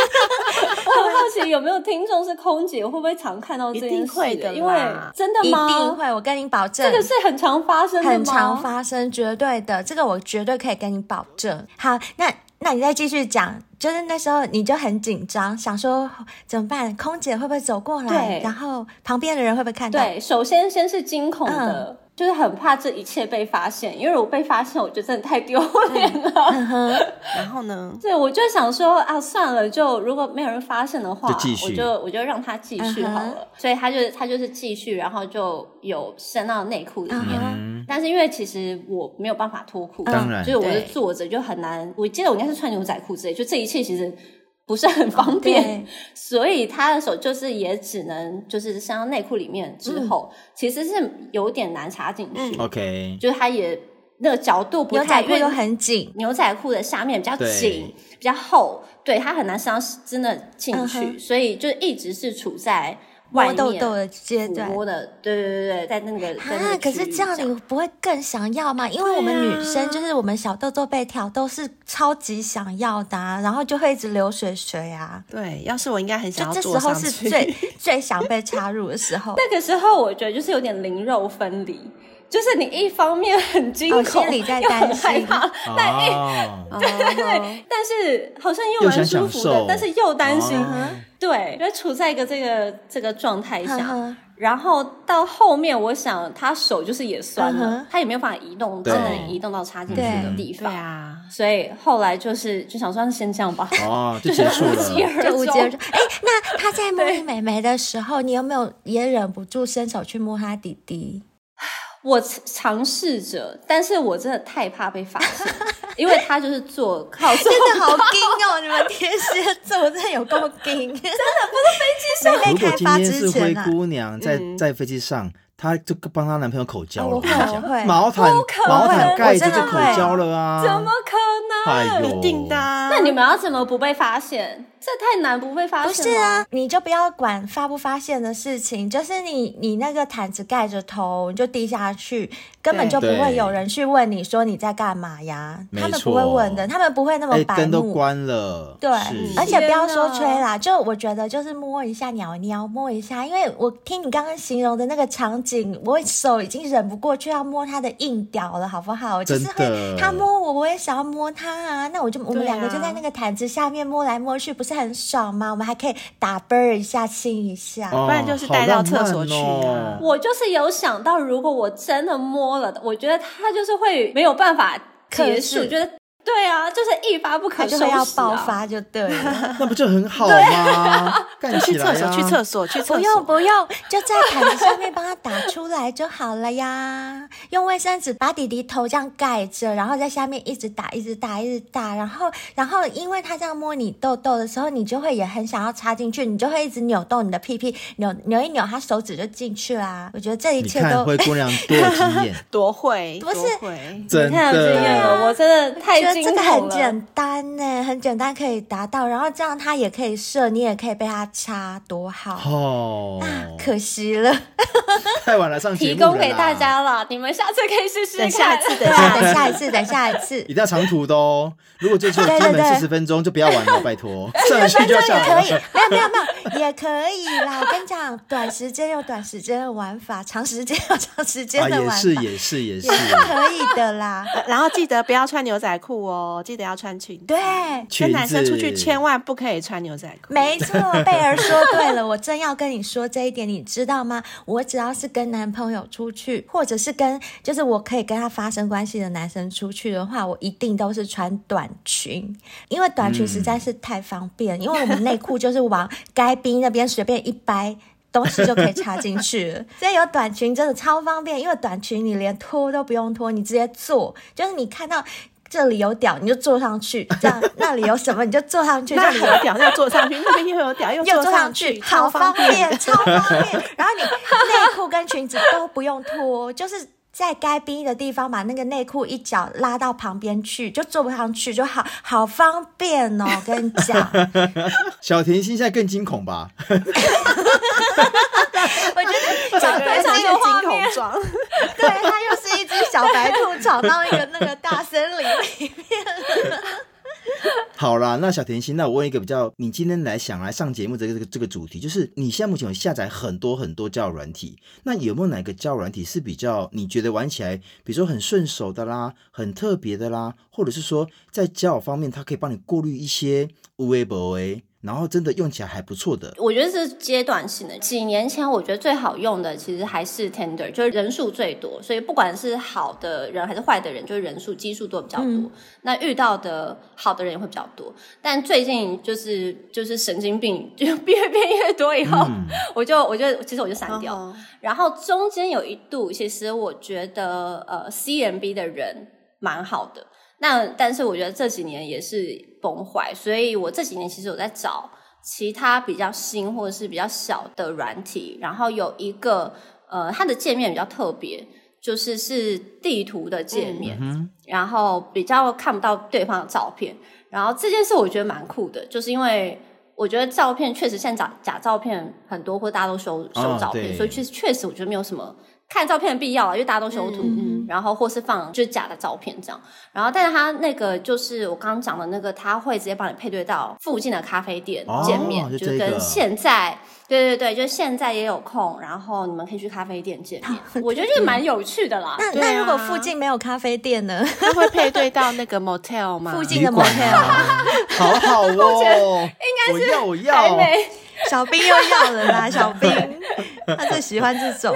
S5: 我很好奇有没有听众是空姐，会不会常看到这件事？
S4: 一定会的啦
S5: 因为真的
S3: 一
S5: 吗？
S3: 定会，我跟你保证，
S5: 这个是很常发生的吗？
S3: 很常发生，绝对的，这个我绝对可以跟你保证。好，那那你再继续讲，就是那时候你就很紧张，想说哦怎么办？空姐会不会走过来？
S5: 对
S3: 然后旁边的人会不会看到？
S5: 对，首先先是惊恐
S3: 嗯
S5: 的，就是很怕这一切被发现，因为我被发现，我觉得真的太丢脸了。
S3: 嗯哼，
S4: 然后呢，
S5: 对，我就想说啊，算了，就如果没有人发现的话，
S2: 就继续
S5: 我就我就让他继续
S3: 嗯
S5: 好了。所以他就他就是继续，然后就有伸到内裤里面。
S2: 嗯，
S5: 但是因为其实我没有办法脱
S3: 嗯
S5: 裤，
S2: 当然
S5: 就是我是
S4: 对
S5: 坐着就很难。我记得我应该是穿牛仔裤之类，就这一切其实不是很方便，
S3: 哦对，
S5: 所以他的手就是也只能就是伸到内裤里面之
S3: 嗯
S5: 后，其实是有点难插进去，
S2: OK，
S5: 就是他也那个角度不
S3: 牛
S5: 太
S3: 仔裤
S5: 因
S3: 又
S5: 为
S3: 很紧，
S5: 牛仔裤的下面比较紧
S2: 对，
S5: 比较厚，对它很难伸到真的进去，
S3: 嗯哼
S5: 所以就一直是处在外
S3: 摸
S5: 面
S3: 痘痘的阶段。
S5: 摸的，对对对对，在那个在那
S3: 啊
S5: 个！
S3: 可是
S5: 区域
S3: 这样你不会更想要吗？因为我们女生就是我们小痘痘被挑逗是超级想要的、啊，然后就会一直流水水啊。
S4: 对，要是我应该很
S3: 就
S4: 想要
S3: 这
S4: 坐
S3: 时
S4: 上
S3: 候是
S4: 去。
S3: 最最想被插入的时候。
S5: 那个时候我觉得就是有点灵肉分离，就是你一方面很惊恐，
S3: 哦心里在担心
S5: 又很害怕，
S3: 哎
S2: 哦，
S4: 哦
S5: 但是好像又
S2: 又想
S5: 蛮舒
S2: 享
S5: 服的
S2: 受，
S5: 但是又担心，
S2: 哦
S5: 对，就处在一个这个这个状态
S3: 呵
S5: 下。
S3: 呵
S5: 然后到后面，我想他手就是也酸
S3: 嗯
S5: 了
S3: 哼，
S5: 他也没有办法移动，只
S2: 对
S5: 能移动到插进去的
S3: 对
S5: 地
S4: 对
S5: 方。
S4: 啊，
S5: 所以后来就是就想说先这样吧，
S2: 哦，就 结束
S5: 无疾
S2: 了。
S5: 而
S3: 就无疾而
S5: 终
S3: 终。哎、那他在摸你美眉的时候，你有没有也忍不住伸手去摸她弟弟？
S5: 我尝试着，但是我真的太怕被发现， 因为他就是坐靠坐
S3: 真的好硬哦！你们天蝎座真的有够 硬，真的不是飞
S2: 如
S3: 机上没
S2: 果
S3: 被开
S2: 今
S3: 发
S2: 天是
S3: 之
S2: 灰
S3: 前啊。
S2: 姑娘在
S4: 嗯
S2: 在飞机上，她就帮她男朋友口交了，
S3: 哦我
S2: 我
S3: 会
S2: 跟你
S3: 我会
S2: 讲，毛毯
S5: 可能
S2: 毛
S3: 我
S2: 毯盖着
S3: 真的
S2: 就口
S3: 会
S2: 交了啊，
S5: 怎么可能？
S2: 哎呦，
S4: 一定的啊。
S5: 那你们要怎么不被发现？这太难不被发
S3: 不
S5: 现
S3: 是
S5: 了，
S3: 啊，你就不要管发不发现的事情，就是你你那个毯子盖着头，你就低下去，根本就不
S2: 对
S3: 会有人去问你说你在干嘛呀，
S2: 没
S3: 他们不会
S2: 错
S3: 问的，他们不会那么
S2: 哎，
S3: 白
S2: 灯都
S3: 目。
S2: 关了，
S3: 对
S2: 是，
S3: 而且不要
S5: 天
S3: 说
S5: 哪
S3: 吹啦，就我觉得就是摸一下鸟鸟，摸一下，因为我听你刚刚形容的那个场景，我手已经忍不过去要摸它的硬屌了，好不好？就是
S2: 真的
S3: 会他摸我，我也想要摸他啊，那我就我们
S4: 对啊
S3: 两个就在那个毯子下面摸来摸去，不是很爽吗？我们还可以打啵儿一下，亲一下。
S2: 哦
S4: 不然就是
S2: 好
S4: 带到
S2: 浪
S4: 厕所
S2: 漫
S4: 去
S2: 哦
S4: 啊
S5: 我就是有想到，如果我真的摸了，我觉得他就是会没有办法结
S3: 克
S5: 束，
S3: 制
S5: 觉得对啊，就是一发不可
S3: 他就
S5: 收拾、
S3: 会
S5: 啊，
S3: 要爆。发就对了，
S2: 那不就很好吗？ 干
S4: 去
S2: 起来啊
S4: 厕所，
S2: 呀！
S4: 去厕所，去
S3: 不
S4: 厕
S3: 用
S4: 所。
S3: 不用，就在毯子上面帮他打出来就好了呀。用卫生纸把弟弟头这样盖着，然后在下面一直打，一直打，一直打。然后，然后因为他这样摸你痘痘的时候，你就会也很想要插进去，你就会一直扭动你的屁屁，扭扭一扭，他手指就进去啦。我觉得这一
S2: 你
S3: 切
S2: 看
S3: 都
S2: 灰姑娘多有经验，
S4: 多会，
S3: 不是
S4: 多会，
S2: 真
S5: 你看这
S2: 的。
S5: 个，我真的
S3: 觉
S5: 太
S3: 得
S5: 惊
S3: 这个
S5: 恐
S3: 很
S5: 了。
S3: 简单呢，很简单可以达到。然后这样他也可以射，你也可以被他插，多好。
S2: 哦，
S3: 可惜了，
S2: 太晚了，上节
S5: 提
S2: 目了
S5: 供给
S2: 啦
S5: 大，家了，你们下次可以试试
S4: 等
S5: 看。
S4: 下一次， 等下一
S3: 等下一次，等下一次
S2: 一。定要长途的哦。如果就只有
S3: 对对
S2: 基本
S3: 对
S2: 四十分钟，就不要玩了，拜托。上得去就要下
S3: 可 以
S2: 来了。，
S3: 没有没有没有，也可以啦。我跟你讲，短时间有短时间的玩法，长时间有长时
S2: 啊，
S3: 间的玩
S2: 也
S3: 法，
S2: 是也是也是
S3: 也，是可以的啦。
S4: 然后记得不要穿牛仔裤哦，记得要穿裙子。
S3: 对，
S4: 跟
S2: 裙
S4: 男生
S2: 子
S4: 出去千万不可以穿牛仔裤。
S3: 没错，贝儿说对了，我正要跟你说这一点，你知道吗？我只要是跟男朋友出去，或者是跟就是我可以跟他发生关系的男生出去的话，我一定都是穿短裙，因为短裙实在是太方便，因为我们内裤就是往该逼那边随便一掰。东西就可以插进去 了。所以有短裙真的超方便，因为短裙你连脱都不用脱，你直接坐，就是你看到。这里有屌，你就坐上去；这样那里有什么，你就坐上去。这
S4: 那
S3: 里
S4: 里
S3: 有
S4: 有屌，又坐上去；那边又 有屌，又
S3: 又
S4: 坐
S3: 坐上
S4: 去
S3: 去，，
S4: 超
S3: 好方
S4: 便。
S3: 便，超方便。然后你内裤跟裙子都不用脱，就是在该逼的地方把那个内裤一角拉到旁边去，就坐不上去，就好好方便哦。我跟你 讲，
S2: 小甜心现在更惊恐吧？
S3: 我觉得小
S4: 整个
S3: 白
S4: 人
S3: 兔
S4: 是一个
S3: 有画
S4: 惊
S3: 面
S4: 恐，状，
S3: 对，它又是一只小白兔闯到一个那个大森林里。
S2: 好啦，那小甜心，那我问一个比较，你今天来想来上节目这个这个这个主题，就是你现在目前有下载很多很多交友软体，那有没有哪个交友软体是比较你觉得玩起来，比如说很顺手的啦，很特别的啦，或者是说在交友方面，它可以帮你过滤一些无微不微，然后真的用起来还不错的。
S5: 我觉得是阶段性的。几年前我觉得最好用的其实还是 Tender，就是人数最多，所以不管是好的人还是坏的人，就是人数基数都比较多。
S3: 嗯
S5: 那遇到的好的人也会比较多。但最近就是就是神经病就越变越多以后，
S2: 嗯，
S5: 我就我就其实我就删掉。
S4: 哦
S5: 然后中间有一度，其实我觉得呃 CMB 的人蛮好的，那但是我觉得这几年也是崩坏，所以我这几年其实有在找其他比较新或者是比较小的软体，然后有一个呃它的界面比较特别，就是是地图的界面，
S2: 嗯
S5: 然后比较看不到对方的照片。然后这件事我觉得蛮酷的，就是因为我觉得照片确实现在假假照片很多，或大家都修修
S2: 啊
S5: 照片，
S2: 对
S5: 所以确实确实我觉得没有什么看照片的必要啊，因为大家都修图。
S3: 嗯
S5: 然后或是放就是假的照片这样，然后但是他那个就是我刚刚讲的那个，他会直接帮你配对到附近的咖啡店
S2: 哦
S5: 见面，
S2: 就
S5: 就
S2: 这个
S5: 跟现在对对对，就现在也有空，然后你们可以去咖啡店见 面，我觉得这蛮有趣的啦。
S3: 那
S4: 对啊
S3: 那如果附近没有咖啡店呢？
S4: 他会配对到那个 motel 吗？
S3: 附近
S2: 旅馆啊，好好哦，应该是我要
S5: 还
S2: 我要
S5: 没。
S3: 小兵又要了啦，小兵， 他最喜欢这种。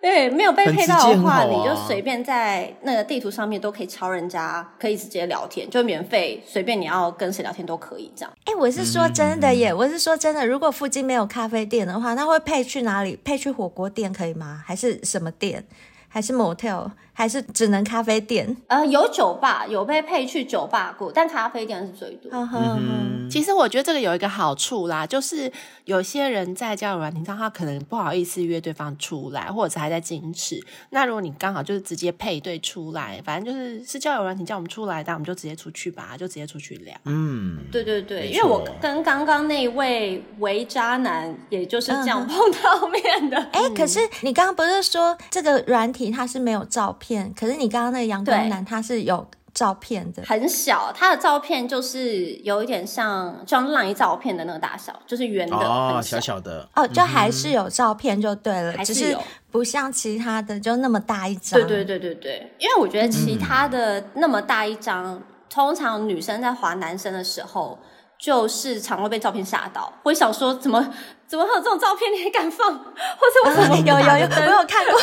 S5: 对，没有被
S2: 很
S5: 配
S2: 直
S5: 到
S2: 接
S5: 的
S2: 很
S5: 话，
S2: 好
S5: 你就
S2: 啊
S5: 随便在那个地图上面都可以敲人家，可以直接聊天，就免费，随便你要跟谁聊天都可以这样。
S3: 哎、我是说真的耶，我是说真的，如果附近没有咖啡店的话，那会配去哪里？配去火锅店可以吗？还是什么店？还是 motel？还是只能咖啡店？
S5: 呃，有酒吧，有被配去酒吧过，但咖啡店是最多。
S3: 呵呵呵
S2: 嗯
S4: 其实我觉得这个有一个好处啦，就是有些人在交友软体上，他可能不好意思约对方出来，或者是还在矜持。那如果你刚好就是直接配对出来，反正就是是交友软体叫我们出来的，那我们就直接出去吧，就直接出去聊。
S2: 嗯，
S5: 对对对，
S2: 没
S5: 因为我
S2: 错
S5: 跟刚刚那位为渣男，也就是这样
S3: 嗯
S5: 碰到面的。
S3: 哎、可是你刚刚不是说这个软体它是没有照片，可是你刚刚那个阳光
S5: 对
S3: 男他是有照片的。
S5: 很小，他的照片就是有一点像像 Line 照片的那个大小，就是圆的，
S2: 哦，
S5: 很
S2: 小小的，
S3: 哦，就还是有照片就对了，
S5: 还
S3: 只
S5: 是
S3: 是
S5: 有
S3: 不像其他的就那么大一张。
S5: 对对对对对，因为我觉得其他的那么大一张，通常女生在划男生的时候，就是常会被照片吓到，会想说怎么怎么会有这种照片，你也敢放，或者为什
S3: 啊，
S5: 么
S3: 有
S5: 你
S3: 有有，
S5: 打
S3: 我有看过，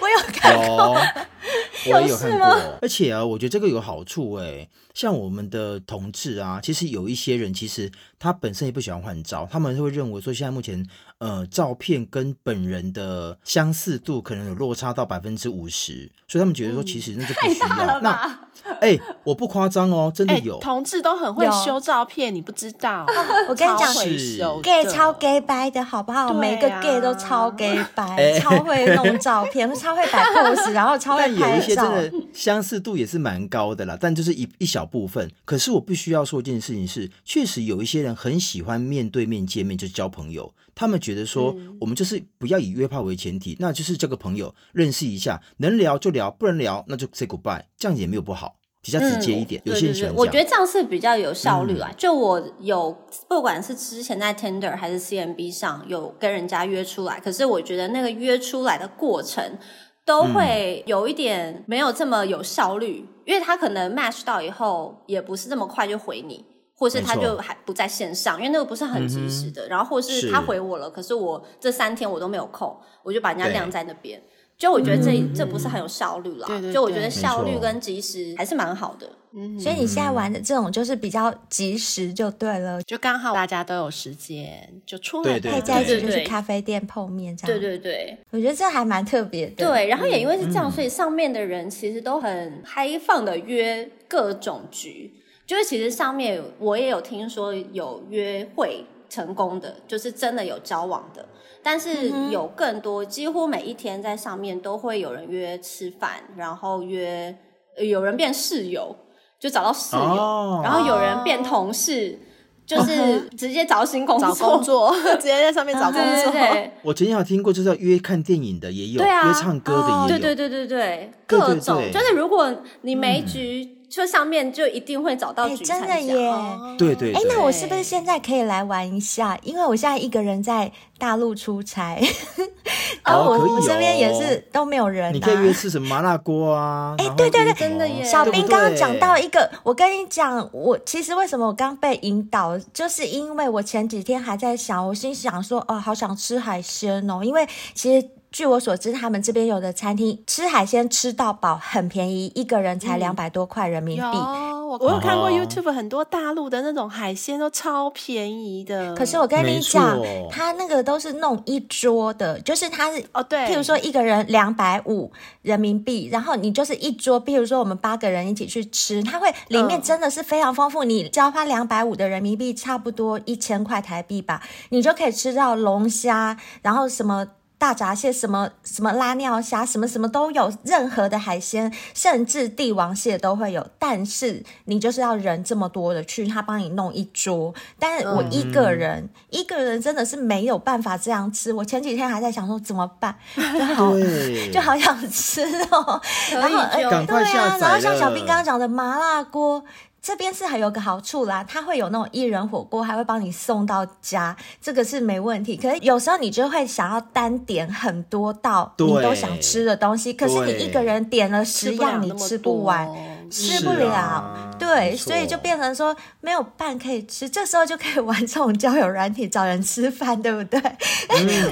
S3: 我有看过。
S2: 有，我也有看
S5: 有事
S2: 过。而且啊，我觉得这个有个好处哎、像我们的同志啊，其实有一些人其实他本身也不喜欢换照，他们会认为说现在目前呃照片跟本人的相似度可能有落差到百分之五十，所以他们觉得说其实那就不需
S5: 太大
S2: 要。
S5: 了
S2: 那
S5: 吧？
S2: 哎、我不夸张哦，真的
S4: 哎
S2: 有。，
S4: 同志都很会
S3: 有
S4: 修照片，你不知道？
S3: 我跟你讲
S4: 超会修的
S5: 啊
S3: gay 超 gay 掰的好不好？
S4: 对啊
S3: 每个 gay 都超 gay 掰，
S2: 哎
S3: 超会弄照片， 超会摆 pose，然后
S5: 哦
S3: 超会
S2: 但有
S3: 拍
S2: 一些真
S3: 照。
S2: 的相似度也是蛮高的啦，但就是一一小部分。可是我必须要说一件事情是，确实有一些人很喜欢面对面见面，就是交朋友。他们觉得说，
S5: 嗯
S2: 我们就是不要以约炮为前提，那就是交个朋友，认识一下，能聊就聊，不能聊那就 say goodbye，这样也没有不好，比较直接一点。有
S5: 对
S2: 些
S5: 嗯对
S2: 人喜
S5: 对，
S2: 欢
S5: 我
S2: 这
S5: 觉得
S2: 样。嗯
S5: 这样是比较有效率啊。就我有，不管是之前在 Tinder 还是 CMB 上有跟人家约出来，可是我觉得那个约出来的过程都会有一点没有这么有效率，因为他可能 match 到以后也不是这么快就回你。或是他
S2: 没错
S5: 就还不在线上，因为那个不是很及时的。然后或是
S2: 是
S5: 他回我了，可是我这三天我都没有空，我就把人家
S2: 对
S5: 晾在那边。就我觉得这、这不是很有效率啦。
S4: 嗯对对
S5: 就我
S4: 对
S5: 觉得效率
S2: 没错
S5: 跟及时还是蛮好的。
S4: 嗯，
S3: 所以你现在玩的这种就是比较及时就对了，
S4: 就刚好大家都有时间，就出
S2: 对
S4: 来
S2: 啊对
S3: 可以
S4: 吧
S3: 在一起就
S5: 对对
S3: 去
S5: 对
S3: 咖啡店碰面这样。
S5: 对对对
S3: 我觉得这还蛮特别的。哎
S5: 对，然后也因为是这
S2: 嗯
S5: 样，所以上面的人其实都很开放的约各种局，就是其实上面我也有听说有约会成功的，就是真的有交往的，但
S4: 嗯
S5: 是有更多，几乎每一天在上面都会有人约吃饭，然后约呃有人变室友，就找到室友，
S2: 哦
S5: 然后有人变同事，就是直接找新工作，
S4: 嗯找工 作，直接在上面找工
S5: 对对
S4: 作。哎
S5: 对。
S2: 我曾经有听过，就是要约看电影的也有，
S5: 对啊
S2: 约唱歌的也有，
S5: 对对对对对，
S2: 对
S5: 各
S2: 对
S5: 种
S2: 对嗯
S5: 就是如果你没局，就上面就一定会找到
S3: 哎
S5: 局
S3: 真的
S5: 参加
S3: 耶
S5: 哦
S2: 对对
S3: 哎，
S2: 对
S3: 那我是不是现在可以来玩一下？因为我现在一个人在大陆出差， 然后
S2: 哦可以
S3: 我
S2: 哦
S3: 我身边也是都没有人、啊。
S2: 你可以约吃什么麻辣锅啊？
S3: 哎
S2: 然后
S3: 对对对
S2: 约什么
S5: 真的耶
S3: 小兵
S2: 对不对
S3: 刚刚讲到一个，我跟你讲，我其实为什么我刚被引导，就是因为我前几天还在想，我心想说，哦，好想吃海鲜哦，因为其实。据我所知，他们这边有的餐厅吃海鲜哦吃到饱很便宜，一个人才两百多块人民币。
S4: 有，我我有看过
S2: 哦
S4: YouTube 很多大陆的那种海鲜都超便宜的。
S3: 可是我跟你
S2: 没错
S3: 讲，他那个都是弄一桌的，就是他是
S4: 哦，对，
S3: 譬如说一个人两百五人民币，然后你就是一桌，譬如说我们八个人一起去吃，它会里面
S4: 嗯
S3: 真的是非常丰富。你只要花两百五的人民币，差不多一千块台币吧，你就可以吃到龙虾，然后什么。大闸蟹什么什么拉尿虾什么什么都有，任何的海鲜，甚至帝王蟹都会有。但是你就是要人这么多的去，他帮你弄一桌。但是我一个人、一个人真的是没有办法这样吃。我前几天还在想说怎么办，
S5: 哦
S2: 对，
S3: 就好想吃哦。
S5: 可
S3: 然后
S5: 以
S3: 哎，
S5: 就
S2: 赶快
S3: 对啊
S2: 下，载
S3: 然后像
S2: 了
S3: 小兵刚刚讲的麻辣锅。这边是还有个好处啦，它会有那种一人火锅，还会帮你送到家，这个是没问题。可是有时候你就会想要单点很多道你都
S2: 对
S3: 想吃的东西，可是你
S2: 对
S3: 一个人点了
S4: 吃
S3: 十
S4: 不了
S3: 样，你
S4: 那么
S3: 吃
S4: 多哦
S3: 不完。吃
S2: 是
S3: 不了，
S2: 啊
S3: 对，
S2: 没错
S3: 所以就变成说没有饭可以吃，这时候就可以玩这种交友软体找人吃饭，对不对？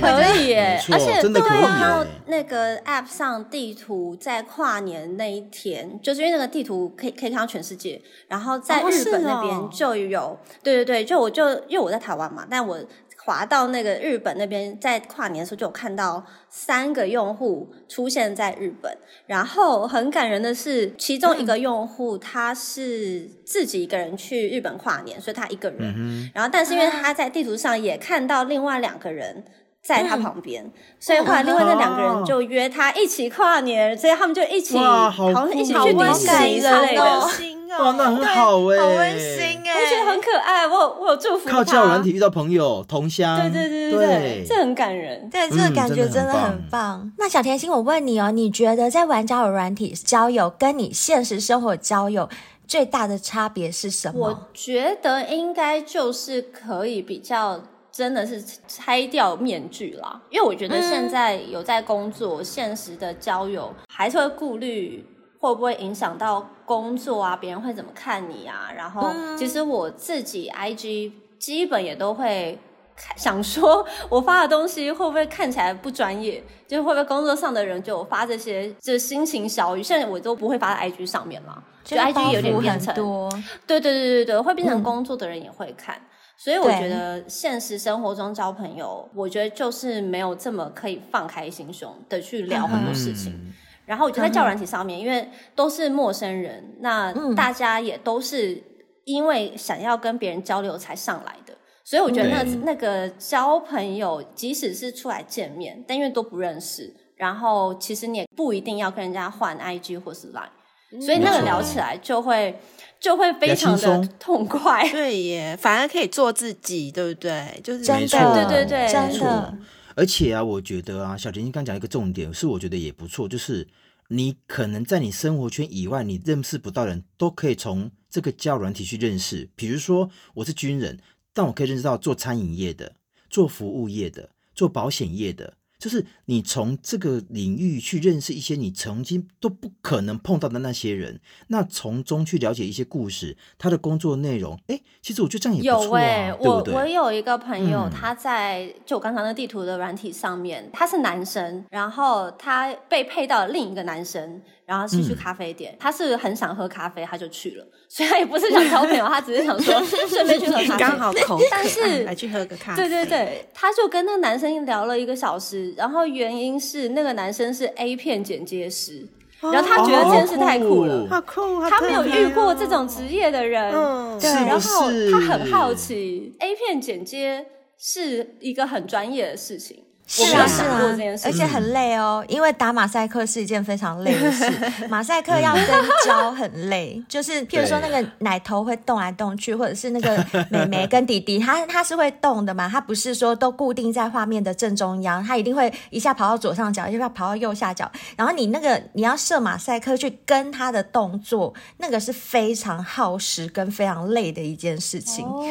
S5: 可以耶
S2: 没，错
S5: 而且
S2: 真的可以
S5: 对，啊
S2: 耶
S5: 然后那个 App 上地图在跨年那一天，就是因为那个地图可以可以看到全世界，然后在
S4: 哦
S5: 日本
S4: 是哦
S5: 那边就有，对对对，就我就因为我在台湾嘛，但我滑到那个日本那边，在跨年的时候就有看到三个用户出现在日本，然后很感人的是，其中一个用户他是自己一个人去日本跨年，所以他一个人，
S2: 嗯
S5: 然后，但是因为他在地图上也看到另外两个人在
S2: 嗯
S5: 他旁边，所以后
S2: 哦
S5: 来另外那两个人就约他一起跨年，所以他们就一起，
S2: 哇好酷
S5: 像一起
S4: 好
S5: 去迪
S4: 温
S5: 士
S3: 感
S5: 尼
S4: 馨
S5: 之
S3: 人
S5: 类的
S3: 哦
S4: 好。馨
S2: 哇，
S5: 欸
S2: 那很好哎，
S3: 好温馨哎、
S5: 我觉得很可爱，我有我有祝福他。
S2: 靠交友软体遇到朋友同乡，
S5: 对对对对对，这很感人。
S3: 对，这个
S2: 嗯
S3: 感觉真
S2: 真
S3: 的
S2: 的
S3: 很
S2: 很
S3: 棒。那小甜心，我问你哦，你觉得在玩交友软体交友，跟你现实生活交友最大的差别是什么？
S5: 我觉得应该就是可以比较。真的是拆掉面具啦，因为我觉得现在有在工作，现实的交友还是会顾虑会不会影响到工作啊，别人会怎么看你
S3: 嗯
S5: 啊。然后，其实我自己 IG 基本也都会看想说，我发的东西会不会看起来不专业，就是会不会工作上的人就发这些，就是心情小语，现在我都不会发在 IG 上面嘛，就
S3: 觉得
S5: IG 有
S3: 包
S5: 点
S3: 袱
S5: 变
S3: 很
S5: 成
S3: 多，
S5: 对对对对对，会变成
S3: 嗯
S5: 工作的人也会看。所以我
S3: 对
S5: 觉得现实生活中交朋友，我觉得就是没有这么可以放开心胸的去聊很多事情。
S2: 嗯
S5: 然后我觉得在交友软体上面，因为都是陌生人，那
S3: 嗯
S5: 大家也都是因为想要跟别人交流才上来的，所以我觉得那
S2: 对
S5: 那个交朋友，即使是出来见面，但因为都不认识，然后其实你也不一定要跟人家换 IG 或是 Line，所以那
S2: 嗯没
S5: 个
S2: 错
S5: 聊起来就会就会非常
S2: 比较轻
S5: 的
S2: 松
S5: 痛快。
S4: 对耶，反而可以做自己，对不对？就是
S3: 真
S2: 没
S3: 的，
S2: 错
S5: 对对对
S2: 没
S3: 真
S2: 错
S3: 的，。
S2: 而且啊，我觉得啊，小甜心刚讲一个重点，是我觉得也不错，就是你可能在你生活圈以外，你认识不到人都可以从这个交友软体去认识。比如说，我是军人，但我可以认识到做餐饮业的、做服务业的、做保险业的。就是你从这个领域去认识一些你曾经都不可能碰到的那些人，那从中去了解一些故事，他的工作内容，哎、其实我觉得这样也不
S5: 有
S2: 错啊，
S5: 哎、
S2: 对不
S5: 我我
S2: 对？
S5: 有一个朋友，
S2: 嗯
S5: 他在就我刚刚的地图的软体上面，他是男生，然后他被配到另一个男生，然后是去
S2: 嗯
S5: 咖啡店，他是很想喝咖啡，他就去了，所以他也不是想交朋友，他只是想 说顺便去喝咖啡，
S4: 刚 好口渴，啊
S5: 但是
S4: 来去喝个咖啡。
S5: 对对对，他就跟那个男生聊了一个小时，然后原因是那个男生是 A 片剪接师，
S4: 哦，
S5: 然后他觉得这件事太酷
S2: 哦
S5: 了，
S4: 好酷，好
S5: 他没有
S4: 特别
S5: 遇过
S4: 哦
S5: 这种职业的人，
S4: 嗯
S5: 对，
S2: 是不
S5: 然后
S2: 是
S5: 他很好奇 A 片剪接是一个很专业的事情，
S3: 是
S5: 我没
S3: 啊
S5: 有
S3: 是
S5: 想过
S3: 啊
S5: 这件，事
S3: 而
S5: 情。
S3: 且很累哦，因为打马赛克是一件非常累的事，马赛克要跟胶很累， 就是譬如说那
S2: 对
S3: 个奶头会动来动去，或者是那个美眉跟弟弟， 它它是会动的嘛，它不是说都固定在画面的正中央，它一定会一下跑到左上角，一下跑到右下角，然后你那个你要设马赛克去跟它的动作，那个是非常耗时跟非常累的一件事情。
S5: 哦，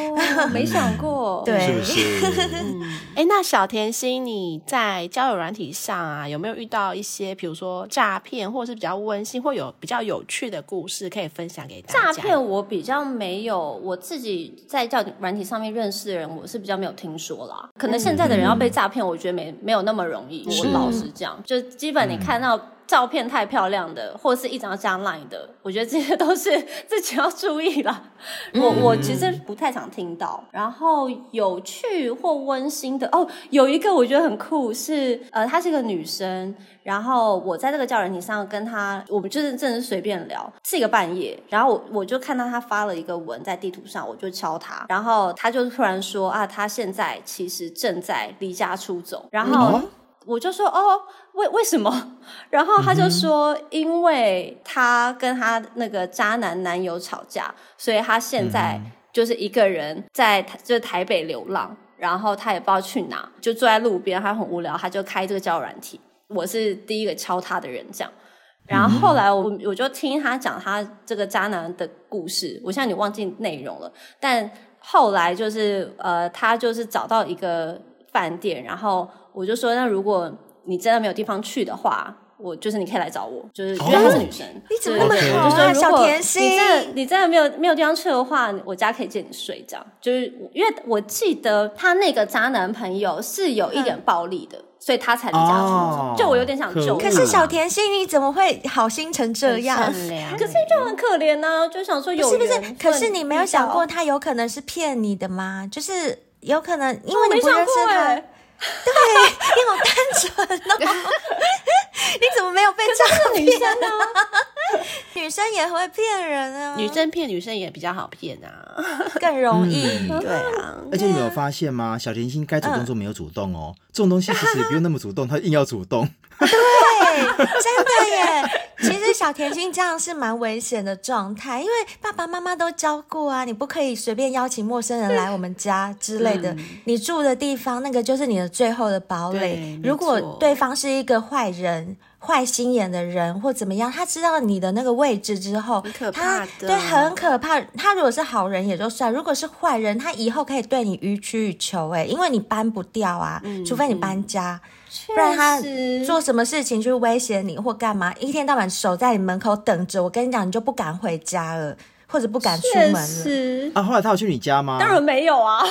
S5: 没想 过，
S3: 对
S2: 是不是？
S4: 哎，那小甜心，你在交友软体上啊，有没有遇到一些，比如说诈骗，或是比较温馨，或有比较有趣的故事可以分享给大
S5: 诈
S4: 家？
S5: 骗我比较没有，我自己在教软体上面认识的人，我是比较没有听说啦。可能现在的人要被诈骗，我觉得没没有那么容易。
S2: 是
S5: 我老实讲，就基本你看到照片太漂亮的，或是一张加 line 的，我觉得这些都是自己要注意啦。我我其实不太常听到。然后有趣或温馨的哦，有一个我觉得很酷是，呃，她是一个女生，然后我在这个教人体上跟她，我们就是真的是随便聊，是一个半夜，然后我我就看到她发了一个文在地图上，我就敲她，然后她就突然说啊，她现在其实正在离家出走，然后。我就说哦，为为什么？然后她就说，因为她跟她那个渣男男友吵架，所以她现在就是一个人在台就是台北流浪，然后她也不知道去哪，就坐在路边，她很无聊，她就开这个交友软体。我是第一个敲她的人，
S3: 嗯
S5: 这样。然后后来我我就听她讲她这个渣男的故事，我现在你忘记内容了，但后来就是呃，她就是找到一个饭店，然后我就说，那如果你真的没有地方去的话，我就是你可以来找我，就是因为她是女生，
S3: 哦你怎么
S5: 对
S3: 那
S2: 对
S3: 么
S5: 就
S3: 好
S5: 说
S3: 啊，
S5: 如
S3: 小
S5: 果
S3: 甜心？
S5: 你真的你真的没有没有地方去的话，我家可以借你睡，这样就是因为我记得她那个渣男朋友是有一点暴力的，所以她才离家出走
S2: 哦。
S5: 就我有点想
S2: 可
S5: 救
S2: 恶
S5: 她，
S3: 可是小甜心，你怎么会好心成这样？
S4: 善良
S5: 可是就很可怜呐、就想说有
S3: 是不
S5: 缘
S3: 是
S5: 分？
S3: 可是你没有想过
S5: 遇到，
S3: 他有可能是骗你的吗？就是有可能，因为
S5: 哦
S3: 你
S5: 我没
S3: 不
S5: 想
S3: 认识
S5: 过
S3: 他，
S5: 哎、
S3: 你好单纯哦。 你怎么没有被诈
S5: 是
S3: 骗？
S5: 女生啊呢、
S3: 女生也会骗人啊，
S4: 女生骗女生也比较好骗啊。
S3: 更容
S5: 嗯
S3: 易。
S4: 对啊，
S2: 而且你们有发现吗？小甜心该主动做没有主动哦，这种东西其实也不用那么主动，她硬要主动。
S3: 对，真的耶。其实小甜心这样是蛮危险的状态，因为爸爸妈妈都教过啊，你不可以随便邀请陌生人来我们家之类的。你住的地方那个就是你的最后的堡垒。
S4: 嗯对
S3: 如
S4: 没
S3: 果
S4: 错
S3: 对方是一个坏人。坏心眼的人或怎么样，他知道你的那个位置之后，
S4: 很可怕
S3: 他
S4: 的
S3: 对很可怕。他如果是好人也就算，如果是坏人，他以后可以对你予取予求、欸，因为你搬不掉啊，
S4: 嗯
S3: 除非你搬家。不
S5: 不
S3: 然他做什么事情去威胁你或干嘛，一天到晚守在你门口等着，我跟你讲，你就不敢回家了，或者不敢出门
S5: 确
S3: 了，
S5: 实，
S2: 啊，后来她有去你家吗？
S5: 当然没有啊。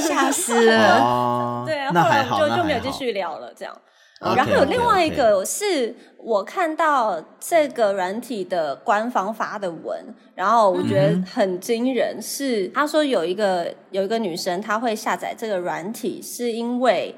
S3: 吓死了。
S2: 哦，
S5: 对，啊后
S2: 那还
S5: 来
S2: 好，
S5: 我们
S2: 那
S5: 就就没有
S2: 还
S5: 继
S2: 好。
S5: 续聊了，这样。
S2: OK，
S5: 然后有另外一
S2: OK，OK
S5: 个是我看到这个软体的官方发的文，然后我觉
S2: 嗯
S5: 得很惊人，是他说有一个有一个女生，她会下载这个软体，是因为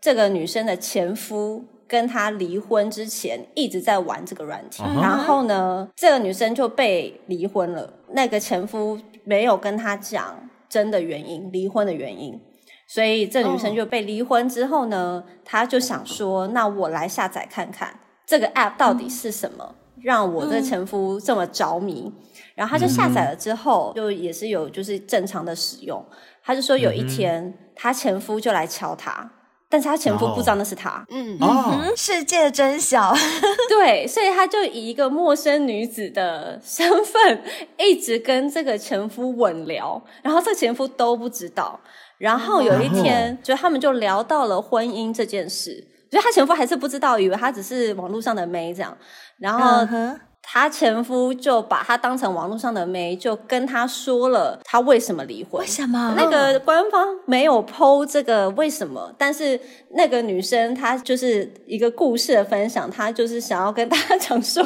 S5: 这个女生的前夫跟她离婚之前一直在玩这个软体，
S2: 嗯哼
S5: 然后呢，这个女生就被离婚了，那个前夫没有跟她讲真的原因，离婚的原因。所以这女生就被离婚之后呢，她就想说，那我来下载看看这个 app 到底是什么，让我的前夫这么着迷。然后她就下载了之后，就也是有就是正常的使用。她就说有一天，她前夫就来敲她，但是她前夫不知道那是她。
S4: 嗯，
S2: 哦，
S3: 世界真小，
S5: 对，所以她就以一个陌生女子的身份，一直跟这个前夫稳聊，然后这前夫
S3: 哦
S5: 都不知道。然后有一天，就他们就聊到了婚姻这件事，所以她前夫还是不知道，以为她只是网络上的妹这样。然后
S3: 嗯哼
S5: 她前夫就把她当成网络上的妹，就跟她说了她为什么离婚
S3: 为。什
S4: 嗯
S3: 么
S5: 那个官方没有剖这个为什么，但是那个女生她就是一个故事的分享，她就是想要跟大家讲说，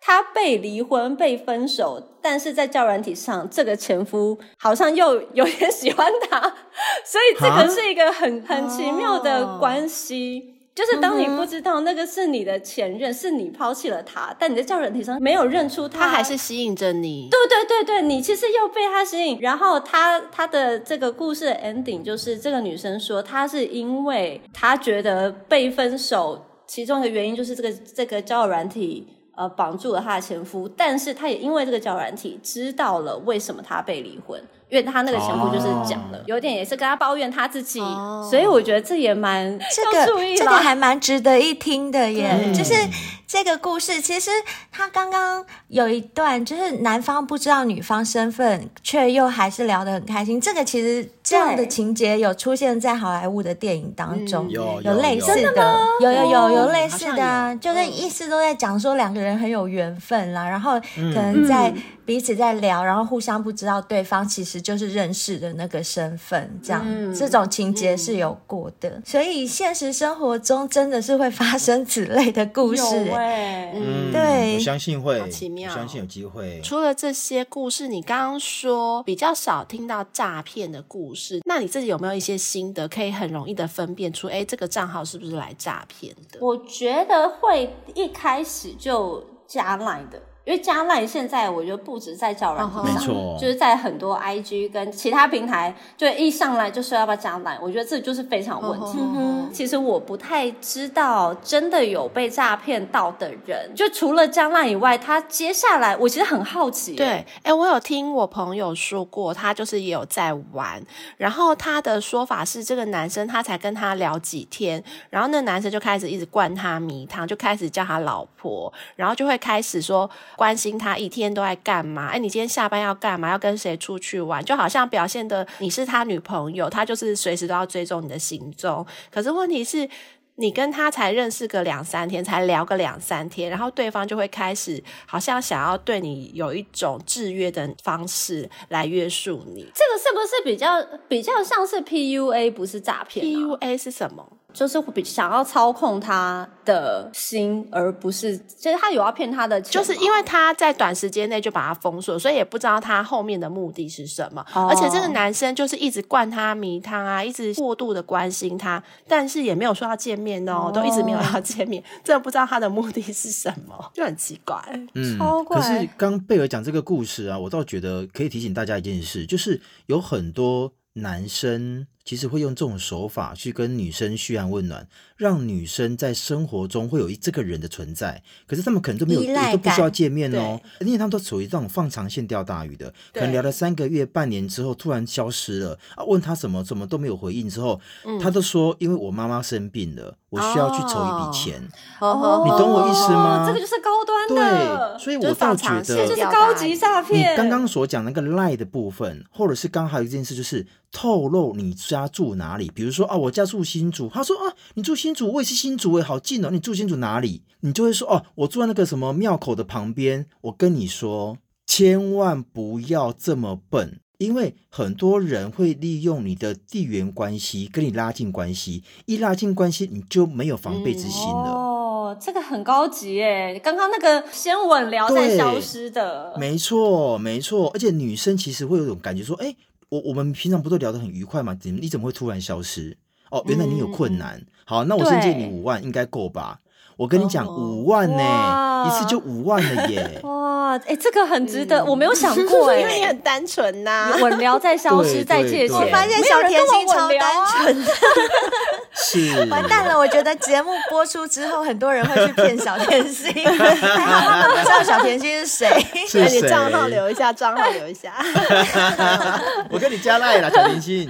S5: 她被离婚、被分手，但是在教软体上，这个前夫好像又有点喜欢她，所以这
S2: 啊
S5: 个是一个很很奇妙的关系。就是当你不知道那个是你的前任，是你抛弃了他，但你在教软体上没有认出他，
S4: 他还是吸引着你。
S5: 对对对对，你其实又被他吸引，然后他他的这个故事的 ending 就是这个女生说，她是因为她觉得被分手，其中一个原因就是这个这个交友软体呃绑住了她的前夫，但是她也因为这个交友软体知道了为什么她被离婚，因为她那个前夫就是讲了，有点也是跟她抱怨她自己，
S4: 哦
S5: 所以我觉得这也蛮
S3: 这
S5: 要
S3: 个
S5: 注意
S3: 这个
S5: 啦
S3: 还蛮值得一听的耶，
S2: 对
S3: 就是这个故事，其实他刚刚有一段，就是男方不知道女方身份，却又还是聊得很开心。这个其实这样的
S5: 对
S3: 情节有出现在好莱坞的电影当中，
S4: 嗯
S2: 有
S3: 有类似
S2: 有
S3: 的，有有有有
S4: 哦
S3: 类
S4: 好
S3: 似
S4: 像
S3: 的啊，
S4: 有嗯
S3: 就是意思都在讲说两个人很有缘分啦，然后可能在
S5: 嗯
S3: 彼此在聊，然后互相不知道对方其实就是认识的那个身份，这样、
S5: 嗯
S3: 这种情节是有过的，所以现实生活中真的是会发生此类的故事、
S5: 有
S3: 欸
S5: 哎、
S2: 嗯，
S3: 对
S2: 我相信会，
S4: 好奇妙
S2: 我相信有机会。
S4: 除了这些故事，你刚刚说比较少听到诈骗的故事，那你自己有没有一些心得，可以很容易的分辨出，哎，这个账号是不是来诈骗的？
S5: 我觉得会一开始就加 line 的，因为加 line 现在我觉得不止在交友软
S4: 嗯
S5: 体
S4: 哼
S2: 没
S5: 上，
S2: 错，
S5: 就是在很多 IG 跟其他平台，就一上来就说要不要加 line，我觉得这就是非常有问题。
S3: 嗯哼
S5: 其实我不太知道真的有被诈骗到的人，就除了加 line 以外，他接下来我其实很好奇。
S4: 对，，哎、我有听我朋友说过，他就是也有在玩，然后他的说法是，这个男生他才跟他聊几天，然后那男生就开始一直灌他迷汤，就开始叫他老婆，然后就会开始说关心他一天都在干嘛，哎，你今天下班要干嘛，要跟谁出去玩，就好像表现的你是他女朋友，他就是随时都要追踪你的行踪，可是问题是。你跟他才认识个两三天，才聊个两三天，然后对方就会开始好像想要对你有一种制约的方式来约束你。
S5: 这个是不是比较比较像是 PUA，不是诈骗、啊？
S4: PUA 是什么？
S5: 就是比想要操控他的心，而不是就是他有要骗他的钱
S4: 就
S5: 吗，
S4: 是因为他在短时间内就把他封锁，所以也不知道他后面的目的是什么。
S5: 哦
S4: 而且这个男生就是一直灌他迷汤啊，一直过度的关心他，但是也没有说要见面哦，
S5: 哦
S4: 都一直没有要见面，真的不知道他的目的是什么，就很奇怪。
S2: 嗯
S5: 超怪
S2: 可是刚贝尔讲这个故事啊，我倒觉得可以提醒大家一件事，就是有很多男生其实会用这种手法去跟女生嘘寒问暖，让女生在生活中会有一这个人的存在，可是他们可能都没有
S3: 依赖感
S2: 都不需要见面哦，因为他们都属于这种放长线钓大鱼的，可
S4: 对
S2: 能聊了三个月、半年之后突然消失了啊，问他什么怎么都没有回应之后，他都说因为我妈妈生病了，我需要去筹一
S4: 哦
S2: 笔钱。
S5: 哦
S2: 你懂我意思吗
S5: 这个就是高端的，
S2: 对，所以
S4: 就
S2: 我
S4: 是
S2: 倒
S4: 放
S2: 觉
S4: 长
S2: 得
S4: 线
S5: 这就是
S4: 钓
S5: 高
S4: 大
S5: 级
S4: 鱼
S5: 诈
S2: 你
S5: 骗。
S2: 刚刚所讲那个赖的部分，或者是刚刚还有一件事，就是透露你家住哪里。比如说啊，我家住新竹，他说啊，你住新竹，我也是新竹，哎，好近哦。你住新竹哪里？你就会说哦，我住在那个什么庙口的旁边。我跟你说，千万不要这么笨。因为很多人会利用你的地缘关系跟你拉近关系，一拉近关系你就没有防备之心了。
S5: 哦，这个很高级耶！刚刚那个先稳聊再
S2: 对
S5: 消失的，
S2: 没错，没错，而且女生其实会有一种感觉说，哎、我我们平常不都聊得很愉快嘛，怎么你怎么会突然消失？哦，原来你有困难。好，那我先借你
S5: 对
S2: 五万，应该够吧？我跟你讲，
S4: 哦
S2: 五万呢、
S5: 哇。
S2: 一次就五万了耶
S5: 哇，哎，这个很值
S2: 嗯
S5: 得，我没有想 过
S4: 因为你
S5: 哎，
S4: 很单纯呐、
S5: 稳聊再消
S2: 对
S5: 失再
S2: 对
S5: 借
S2: 对
S5: 钱，
S2: 我发
S3: 现
S5: 没有人
S3: 小甜
S5: 跟我
S3: 心超
S5: 稳聊啊
S3: 单纯
S2: 是，
S3: 完蛋了，我觉得节目播出之后，很多人会去骗小甜 心，还好他们不知道小甜心是谁。
S2: 是
S4: 哎你
S2: 谁
S4: 账号留一下，账号留一下。
S2: 我跟你加赖啦，小林心。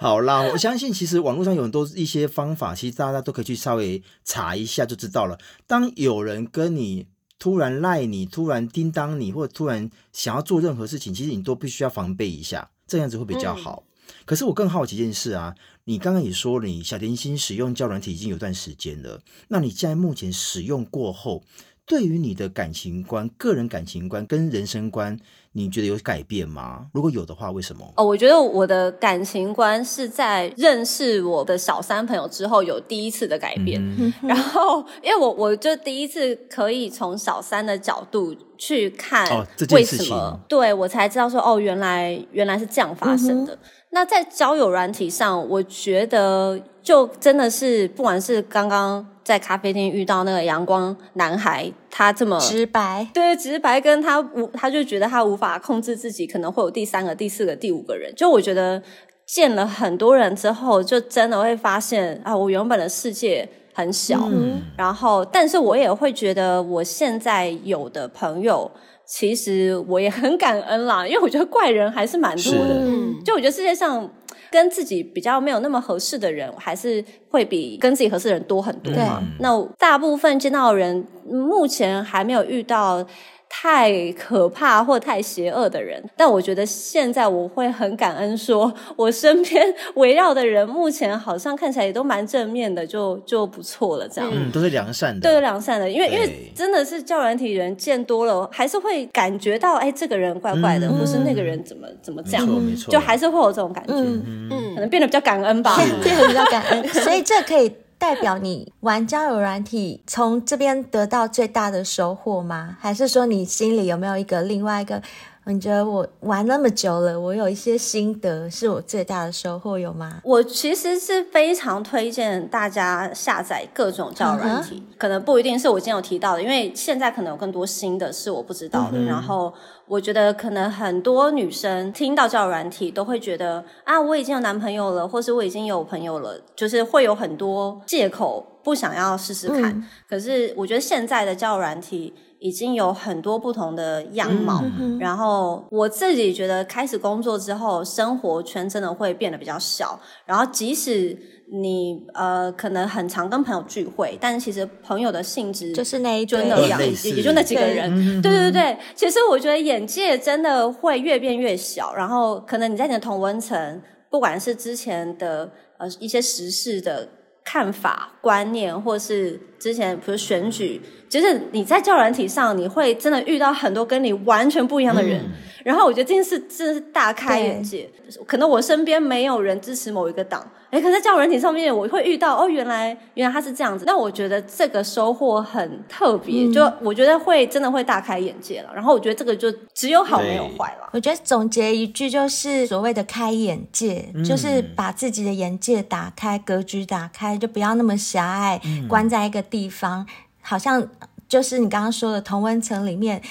S2: 好啦，我相信其实网络上有很多一些方法，其实大家都可以去稍微查一下就知道了。当有人跟你突然赖你、突然叮当你，或者突然想要做任何事情，其实你都必须要防备一下，这样子会比较好。可是我更好奇一件事啊，你刚刚也说你小甜心使用交友软体已经有段时间了，那你现在目前使用过后，对于你的感情观、个人感情观跟人生观，你觉得有改变吗？如果有的话，为什么？
S5: 哦，我觉得我的感情观是在认识我的小三朋友之后有第一次的改变。
S2: 嗯哼
S5: 然后，因为我我就第一次可以从小三的角度去看
S2: 哦这件
S5: 为
S2: 事
S5: 什么，
S2: 情
S5: 对我才知道说哦，原来原来是这样发生的。那在交友软体上，我觉得就真的是，不管是刚刚在咖啡店遇到那个阳光男孩，他这么
S3: 直白，
S5: 对，直白跟他无，他就觉得他无法控制自己，可能会有第三个、第四个、第五个人。就我觉得见了很多人之后，就真的会发现啊，我原本的世界很小。
S3: 嗯
S5: 然后，但是我也会觉得，我现在有的朋友，其实我也很感恩啦，因为我觉得怪人还是蛮多的。
S2: 是
S5: 嗯，就我觉得世界上跟自己比较没有那么合适的人，还是会比跟自己合适的人多很多嘛。那大部分见到的人，目前还没有遇到。太可怕或太邪恶的人，但我觉得现在我会很感恩说，我身边 围绕的人目前好像看起来也都蛮正面的，就就不错了这样。
S2: 嗯，都是良善的。
S5: 对，良善的，因为因为
S2: 对
S5: 真的是教软体人见多了，还是会感觉到，哎，这个人怪怪的，
S2: 嗯
S5: 或是那个人怎么怎么这
S2: 没
S5: 样，
S2: 错没错，
S5: 嗯就还是会有这种感觉，
S3: 嗯，
S5: 可能变得比较感恩吧。
S3: 这个比较感恩，所以这可以代表你玩交友软体从这边得到最大的收获吗？还是说你心里有没有一个另外一个？你觉得我玩那么久了，我有一些心得是我最大的收获，有吗？
S5: 我其实是非常推荐大家下载各种交友软体可能不一定是我今天有提到的，因为现在可能有更多新的是我不知道的。然后我觉得可能很多女生听到交友软体都会觉得啊，我已经有男朋友了，或是我已经有朋友了，就是会有很多借口不想要试试看。可是我觉得现在的交友软体已经有很多不同的样貌，然后我自己觉得开始工作之后，生活圈真的会变得比较小。然后即使你呃可能很常跟朋友聚会，但其实朋友的性质
S3: 就是那一
S5: 就
S3: 堆
S5: 那样，
S2: 哦类
S5: 也
S2: 似
S5: 也就那几个
S3: 对
S5: 人。对对对对，其实我觉得眼界真的会越变越小，然后可能你在你的同温层，不管是之前的呃一些时事的看法、观念，或是之前比如选举，就是你在教软体上，你会真的遇到很多跟你完全不一样的
S2: 嗯
S5: 人。然后我觉得这件事真是大开眼界，可能我身边没有人支持某一个党，哎，可是在教软体上面我会遇到哦，原来原来他是这样子，那我觉得这个收获很特别，就我觉得会真的会大开眼界了。然后我觉得这个就只有好没有坏了，
S3: 我觉得总结一句就是所谓的开眼界，就是把自己的眼界打开，格局打开，就不要那么狭隘，关在一个地方，好像就是你刚刚说的同温层里面。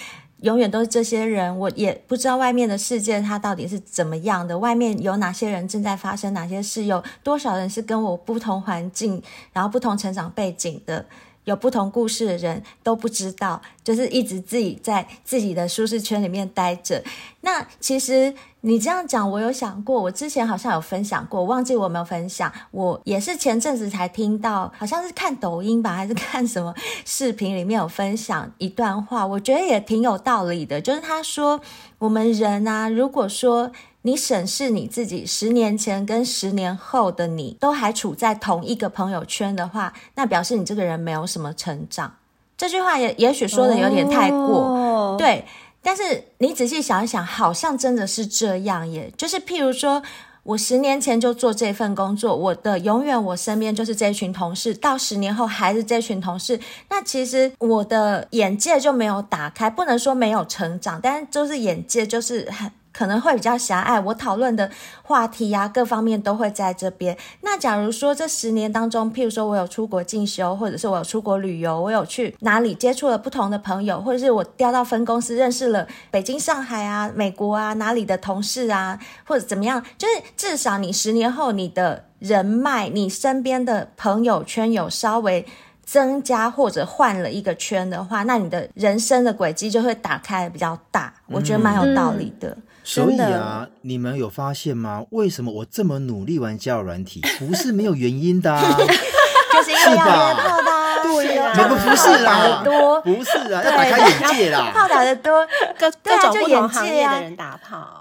S3: 永远都是这些人，我也不知道外面的世界它到底是怎么样的，外面有哪些人正在发生哪些事，有多少人是跟我不同环境，然后不同成长背景的，有不同故事的人都不知道，就是一直自己在自己的舒适圈里面待着。那其实你这样讲，我有想过，我之前好像有分享过，忘记我有没有分享。我也是前阵子才听到，好像是看抖音吧，还是看什么视频里面有分享一段话，我觉得也挺有道理的。就是他说，我们人啊，如果说你审视你自己，十年前跟十年后的你都还处在同一个朋友圈的话，那表示你这个人没有什么成长。这句话也也许说的有点太过，
S5: 哦，
S3: 对，但是你仔细想一想，好像真的是这样耶。就是譬如说，我十年前就做这份工作，我的永远我身边就是这群同事，到十年后还是这群同事。那其实我的眼界就没有打开，不能说没有成长，但是就是眼界就是很。可能会比较狭隘，我讨论的话题啊，各方面都会在这边。那假如说这十年当中，譬如说我有出国进修，或者是我有出国旅游，我有去哪里接触了不同的朋友，或者是我调到分公司认识了北京、上海啊、美国啊哪里的同事啊，或者怎么样，就是至少你十年后你的人脉，你身边的朋友圈有稍微。增加或者换了一个圈的话，那你的人生的轨迹就会打开得比较大，
S2: 嗯
S3: 我觉得蛮有道理的。
S2: 所以
S5: 真的
S2: 啊，你们有发现吗？为什么我这么努力玩交友软体，不是没有原因的、啊，
S3: 就是因为要约炮的、啊，
S2: 对呀
S3: 是
S2: 那个不是啦
S3: 炮打得多，
S2: 不是啊，要打开眼界啦。
S3: 炮打得多，
S4: 各
S3: 对
S4: 各
S3: 啊
S4: 种
S3: 就
S4: 不
S3: 眼
S4: 同行
S3: 界
S4: 业
S3: 啊
S4: 的人打炮。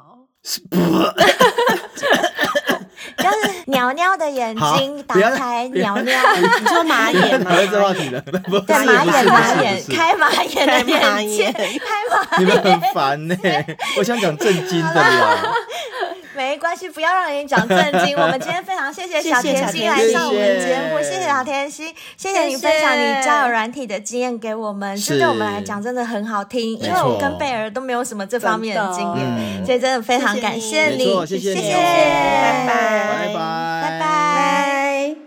S3: 鸟鸟的眼
S2: 好
S3: 睛打
S2: 不要
S3: 开，
S2: 不要
S3: 鸟鸟，
S4: 你说马眼吗
S2: 不？要再话题了， 不是
S3: 对马
S2: 不
S3: 眼
S2: 是
S3: 马
S2: 不
S3: 眼
S2: 是，不是，
S3: 开马眼
S4: 开
S3: 的
S4: 马
S3: 眼界，
S4: 眼
S3: 开马
S2: 你们很烦呢。我想讲正经的啦，
S3: 没关系，不要让人讲正经。我们今天非常谢谢
S4: 谢
S3: 小
S4: 谢
S3: 甜
S4: 小
S3: 心
S4: 甜
S3: 来
S2: 心
S3: 上我们节目，
S2: 谢谢
S3: 谢谢小甜心，谢谢你
S5: 谢谢
S3: 分享你交友软体的经验给我们，
S2: 是
S3: 这对我们来讲真的很好听，因
S2: 没
S3: 为
S2: 错
S3: 我跟贝尔都没有什么这方面的经
S2: 真的
S3: 验，所以真的非常感谢
S2: 嗯没错，
S3: 你，
S2: 谢谢
S3: 谢
S2: 你哦，
S3: 谢，
S4: 拜拜
S2: 拜拜，
S3: 拜拜。
S5: 拜。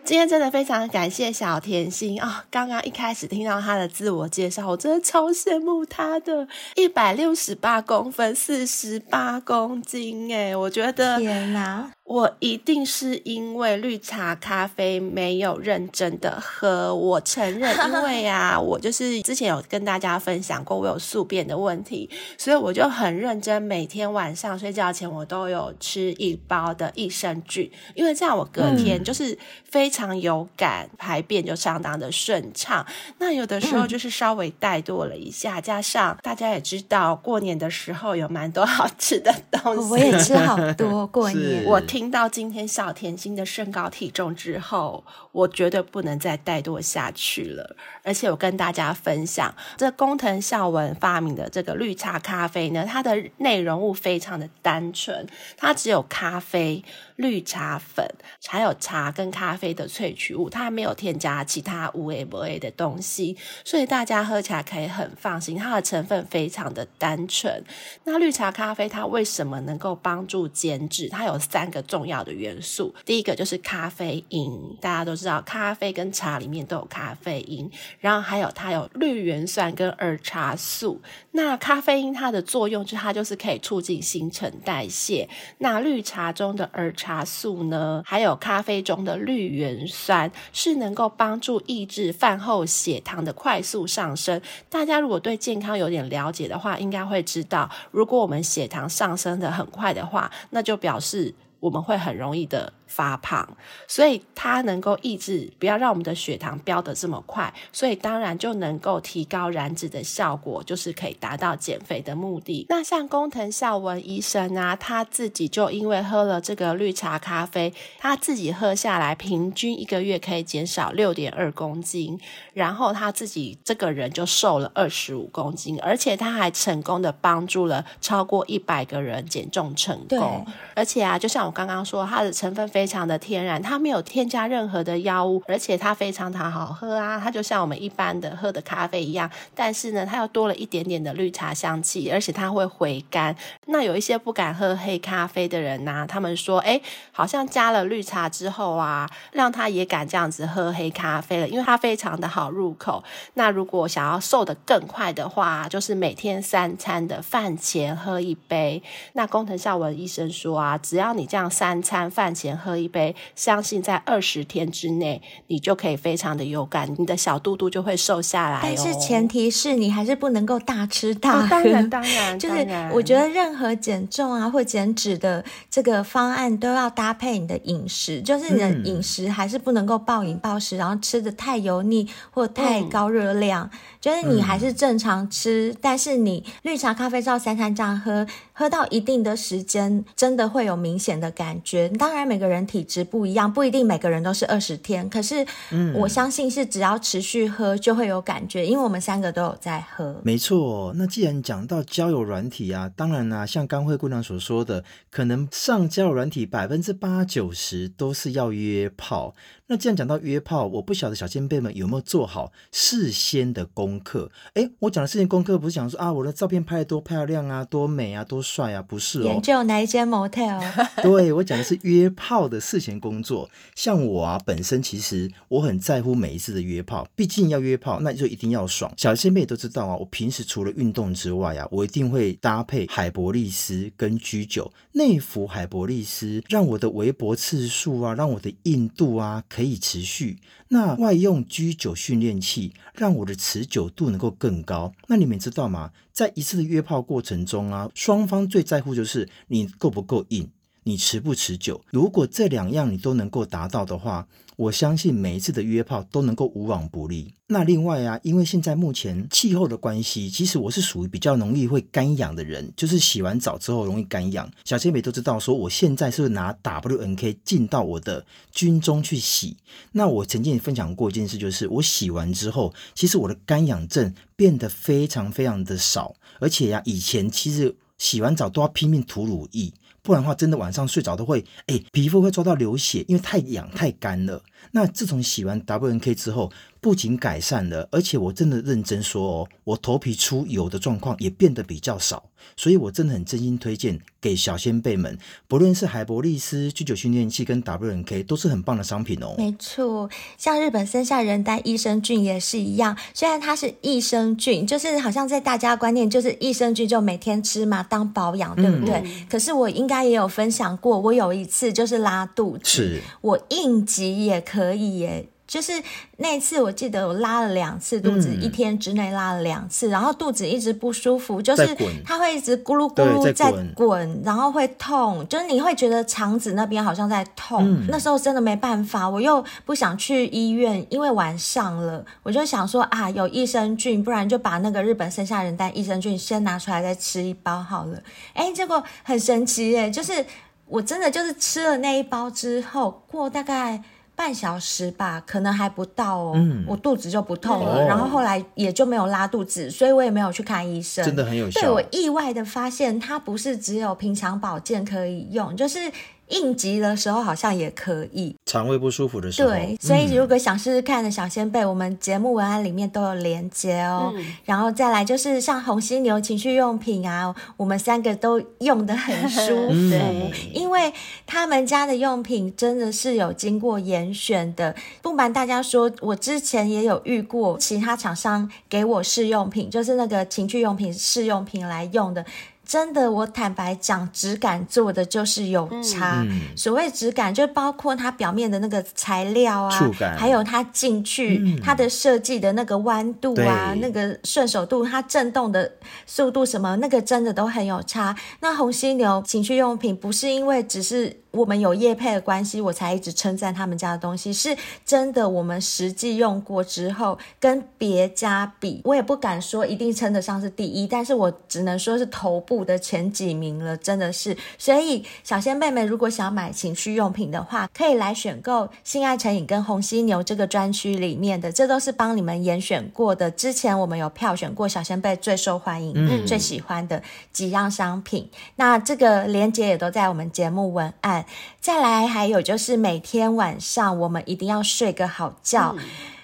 S4: 今天真的非常感谢小甜心啊、刚刚一开始听到她的自我介绍，我真的超羡慕她的，一百六十八公分，四十八公斤，哎，我觉得
S3: 天哪！
S4: 我一定是因为绿茶咖啡没有认真的喝，我承认，因为啊，我就是之前有跟大家分享过我有宿便的问题，所以我就很认真，每天晚上睡觉前我都有吃一包的益生菌，因为这样我隔天就是非常有感，排便就相当的顺畅。那有的时候就是稍微怠惰了一下，加上大家也知道过年的时候有蛮多好吃的东西，
S3: 我也吃好多，过
S2: 是
S3: 年
S4: 我听到今天小甜心的身高体重之后，我绝对不能再怠惰下去了。而且我跟大家分享，这工藤孝文发明的这个绿茶咖啡呢，它的内容物非常的单纯，它只有咖啡、绿茶粉，还有茶跟咖啡的萃取物，它没有添加其他无 A 不 A 的东西，所以大家喝起来可以很放心。它的成分非常的单纯，那绿茶咖啡它为什么能够帮助减脂？它有三个重要的元素，第一个就是咖啡因，大家都知道咖啡跟茶里面都有咖啡因，然后还有它有绿原酸跟儿茶素。那咖啡因它的作用就是它就是可以促进新陈代谢。那绿茶中的儿茶素呢，还有咖啡中的绿原酸是能够帮助抑制饭后血糖的快速上升。大家如果对健康有点了解的话，应该会知道，如果我们血糖上升的很快的话，那就表示我们会很容易的发胖。所以它能够抑制，不要让我们的血糖飙得这么快，所以当然就能够提高燃脂的效果，就是可以达到减肥的目的。那像工藤孝文医生啊，他自己就因为喝了这个绿茶咖啡，他自己喝下来，平均一个月可以减少六点二公斤，然后他自己这个人就瘦了二十五公斤，而且他还成功的帮助了超过一百个人减重成
S3: 对
S4: 功。而且啊，就像我刚刚说，它的成分非常的天然，它没有添加任何的药物，而且它非常的好喝啊，它就像我们一般的喝的咖啡一样，但是呢，它又多了一点点的绿茶香气，而且它会回甘。那有一些不敢喝黑咖啡的人呐、他们说，哎，好像加了绿茶之后啊，让他也敢这样子喝黑咖啡了，因为它非常的好入口。那如果想要瘦得更快的话，就是每天三餐的饭前喝一杯，那工藤孝文医生说啊，只要你这样三餐饭前喝一杯，相信在二十天之内，你就可以非常的有感，你的小肚肚就会瘦下来、哦。
S3: 但是前提是你还是不能够大吃大喝。
S4: 啊，当然当 然，
S3: 就是
S4: 当然
S3: 我觉得任何减重啊或减脂的这个方案都要搭配你的饮食，就是你的
S2: 嗯
S3: 饮食还是不能够暴饮暴食，然后吃的太油腻或太
S4: 嗯
S3: 高热量。就是你还是正常吃，但是你绿茶、咖啡照三餐这样喝，喝到一定的时间，真的会有明显的感觉。当然每个人体质不一样，不一定每个人都是二十天，可是
S4: 嗯
S3: 我相信是只要持续喝就会有感觉，因为我们三个都有在喝。
S2: 没错，那既然讲到交友软体啊，当然啦、像刚慧姑娘所说的，可能上交友软体百分之八九十都是要约炮。那既然讲到约炮，我不晓得小先辈们有没有做好事先的功课？诶，我讲的事先功课不是讲说啊，我的照片拍的多漂亮啊，多美啊，多帅啊，不是哦
S3: 研。究哪一间 motel？
S2: 对我讲的是约炮的事前工作。像我啊，本身其实我很在乎每一次的约炮，毕竟要约炮，那就一定要爽。小仙妹也都知道啊，我平时除了运动之外啊，我一定会搭配海博利斯跟居酒内服海博利斯，让我的围脖次数啊，让我的硬度啊可以持续。那外用 G 九训练器让我的持久度能够更高。那你们知道吗？在一次的约炮过程中啊，双方最在乎就是你够不够硬。你持不持久。如果这两样你都能够达到的话，我相信每一次的约炮都能够无往不利。那另外啊，因为现在目前气候的关系，其实我是属于比较容易会干痒的人，就是洗完澡之后容易干痒。小仙妹都知道，说我现在是拿 WNK 进到我的军中去洗。那我曾经也分享过一件事，就是我洗完之后，其实我的干痒症变得非常非常的少，而且呀、以前其实洗完澡都要拼命涂乳液。不然的话，真的晚上睡着都会，哎，皮肤会抓到流血，因为太痒太干了。那自从洗完 WNK 之后，不仅改善了，而且我真的认真说哦，我头皮出油的状况也变得比较少，所以我真的很真心推荐给小先辈们，不论是海博利斯居酒训练器跟 WNK 都是很棒的商品哦。
S3: 没错，像日本森下仁丹益生菌也是一样，虽然它是益生菌，就是好像在大家观念就是益生菌就每天吃嘛当保养，对不对？可是我应该也有分享过，我有一次就是拉肚子，
S2: 是
S3: 我应急也可以耶。就是那次，我记得我拉了两次肚子，
S2: 嗯
S3: 一天之内拉了两次，然后肚子一直不舒服，就
S2: 在
S3: 是
S2: 滚
S3: 它会一直咕噜咕
S2: 对
S3: 噜
S2: 在
S3: 在
S2: 滚
S3: 滚，然后会痛，就是你会觉得肠子那边好像在痛。
S2: 嗯
S3: 那时候真的没办法，我又不想去医院，因为晚上了，我就想说啊，有益生菌，不然就把那个日本生下人丹益生菌先拿出来再吃一包好了。哎，结果很神奇耶，就是我真的就是吃了那一包之后，过大概半小时吧，可能还不到哦，
S2: 嗯
S3: 我肚子就不
S2: 哦
S3: 痛了，然后后来也就没有拉肚子，所以我也没有去看医生。
S2: 真的很有效
S3: 对我意外的发现，它不是只有平常保健可以用，就是应急的时候好像也可以。
S2: 肠胃不舒服的时候，
S3: 对，所以
S2: 嗯
S3: 如果想试试看的小先辈，我们节目文案里面都有连接哦。
S2: 嗯
S3: 然后再来就是像红犀牛情趣用品啊，我们三个都用的很 舒服。
S2: 嗯
S3: 因为他们家的用品真的是有经过严选的。不瞒大家说，我之前也有遇过其他厂商给我试用品，就是那个情趣用品试用品来用的。真的，我坦白讲，质感做的就是有差。
S2: 嗯
S3: 所谓质感，就包括它表面的那个材料啊，
S2: 触感嗯
S3: 还有它进去、它的设计的那个弯度啊
S2: 对，
S3: 那个顺手度，它震动的速度什么，那个真的都很有差。那红犀牛情趣用品不是因为只是我们有业配的关系，我才一直称赞他们家的东西，是真的我们实际用过之后跟别家比，我也不敢说一定称得上是第一，但是我只能说是头部的前几名了，真的是。所以小仙妹们如果想买情趣用品的话，可以来选购性爱成瘾跟红犀牛这个专区里面的，这都是帮你们严选过的。之前我们有票选过小仙贝最受欢迎、
S2: 嗯
S3: 最喜欢的几样商品，那这个链接也都在我们节目文案。再来还有就是每天晚上我们一定要睡个好觉。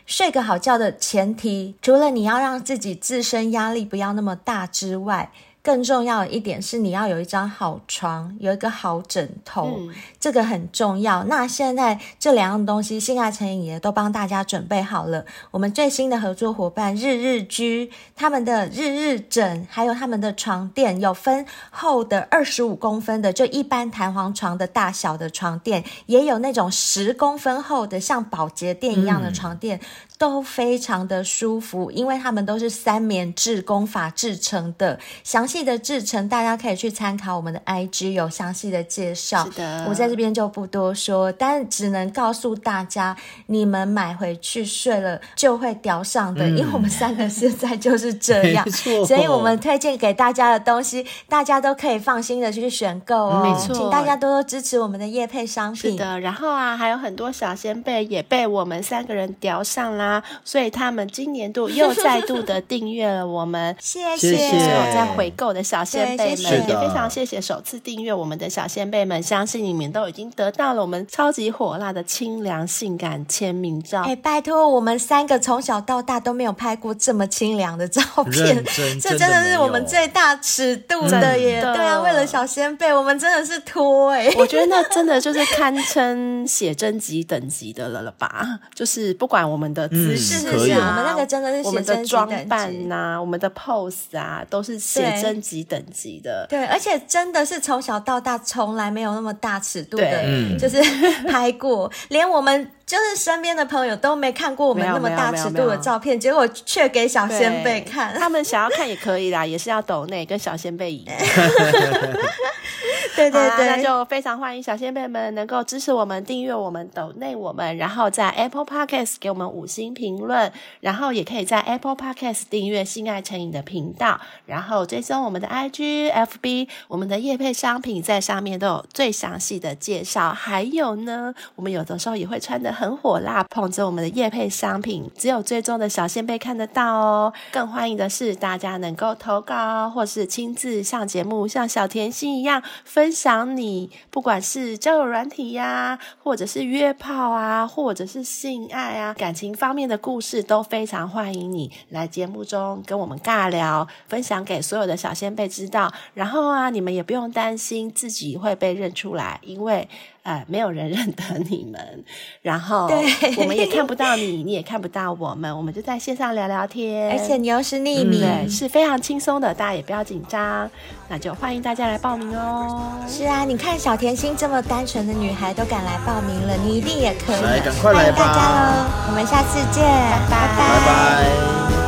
S3: 睡个好觉的前提，除了你要让自己自身压力不要那么大之外，更重要的一点是你要有一张好床，有一个好枕头，这个很重要。那现在这两样东西，性爱成瘾也都帮大家准备好了。我们最新的合作伙伴日日居，他们的日日枕还有他们的床垫有分厚的二十五公分的，就一般弹簧床的大小的床垫，也有那种十公分厚的，像保洁垫一样的床垫，都非常的舒服，因为它们都是三棉制工法制成的。详细的制成大家可以去参考我们的 IG 有详细的介绍。
S4: 是的
S3: 我在这边就不多说，但只能告诉大家，你们买回去睡了就会屌上的，
S4: 嗯
S3: 因为我们三个现在就是这 样
S2: 没，错
S3: 所以我们推荐给大家的东西，大家都可以放心的去选购哦。
S4: 没错
S3: 请大家多多支持我们的业配商
S4: 是
S3: 品。。
S4: 的，然后啊，还有很多小先辈也被我们三个人聊上啦，所以他们今年度又再度的订阅了我们
S3: 谢
S2: 谢谢
S4: 所有在回购的小先
S3: 对
S4: 辈们，
S3: 谢谢
S4: 也非常谢谢首次订阅我们的小先辈们，相信你们都已经得到了我们超级火辣的清凉性感签名照。
S3: 哎、拜托，我们三个从小到大都没有拍过这么清凉的照片
S2: 认，真
S3: 这
S2: 真
S3: 真
S2: 的没
S3: 是
S2: 有
S3: 我们最大尺度的
S4: 真
S3: 耶！
S4: 的
S3: 对啊，为了小先贝，我们真的是拖哎、
S4: 我觉得那真的就是堪称写真集等级的了了吧？就是不管我们的姿势
S2: 嗯
S4: 啊、
S2: 是是是
S3: 我们那个真的是
S4: 我们
S3: 写
S4: 的
S3: 真集
S4: 装
S3: 等级
S4: 扮呐、我们的 pose 啊，都是写真集等级的。
S3: 对，而且真的是从小到大从来没有那么大尺度
S4: 对
S3: 的，
S2: 嗯
S3: 就是 拍过，连我们就是身边的朋友都没看过我们
S4: 没有
S3: 那么大
S4: 没有
S3: 尺
S4: 没有
S3: 度的照片，结果却给小
S4: 对
S3: 先贝看。
S4: 啊他们想要看也可以啦，也是要抖内跟小先贝一样。
S3: 对对
S4: 好啦那
S3: 对，
S4: 就非常欢迎小先辈们能够支持我们、订阅我们、抖内我们，然后在 Apple Podcast 给我们五星评论，然后也可以在 Apple Podcast 订阅“性爱成瘾”的频道，然后追踪我们的 IG、FB，我们的业配商品在上面都有最详细的介绍。还有呢，我们有的时候也会穿的很火辣，捧着我们的业配商品，只有追踪的小先辈看得到哦。更欢迎的是大家能够投稿，或是亲自上节目，像小甜心一样分享你，不管是交友软体呀、或者是约炮啊，或者是性爱啊，感情方面的故事都非常欢迎你来节目中跟我们尬聊，分享给所有的小先辈知道。然后啊，你们也不用担心自己会被认出来，因为呃，没有人认得你们。然后
S3: 对
S4: 我们也看不到你，你也看不到我们，我们就在线上聊聊天，
S3: 而且你又是匿
S4: 嗯
S3: 名，
S4: 对是非常轻松的，大家也不要紧张。那就欢迎大家来报名哦。
S3: 是啊，你看小甜心这么单纯的女孩都敢来报名了，你一定也可以。
S2: 来赶快来吧
S3: 欢迎大家喽，我们下次见，拜拜
S2: 拜拜。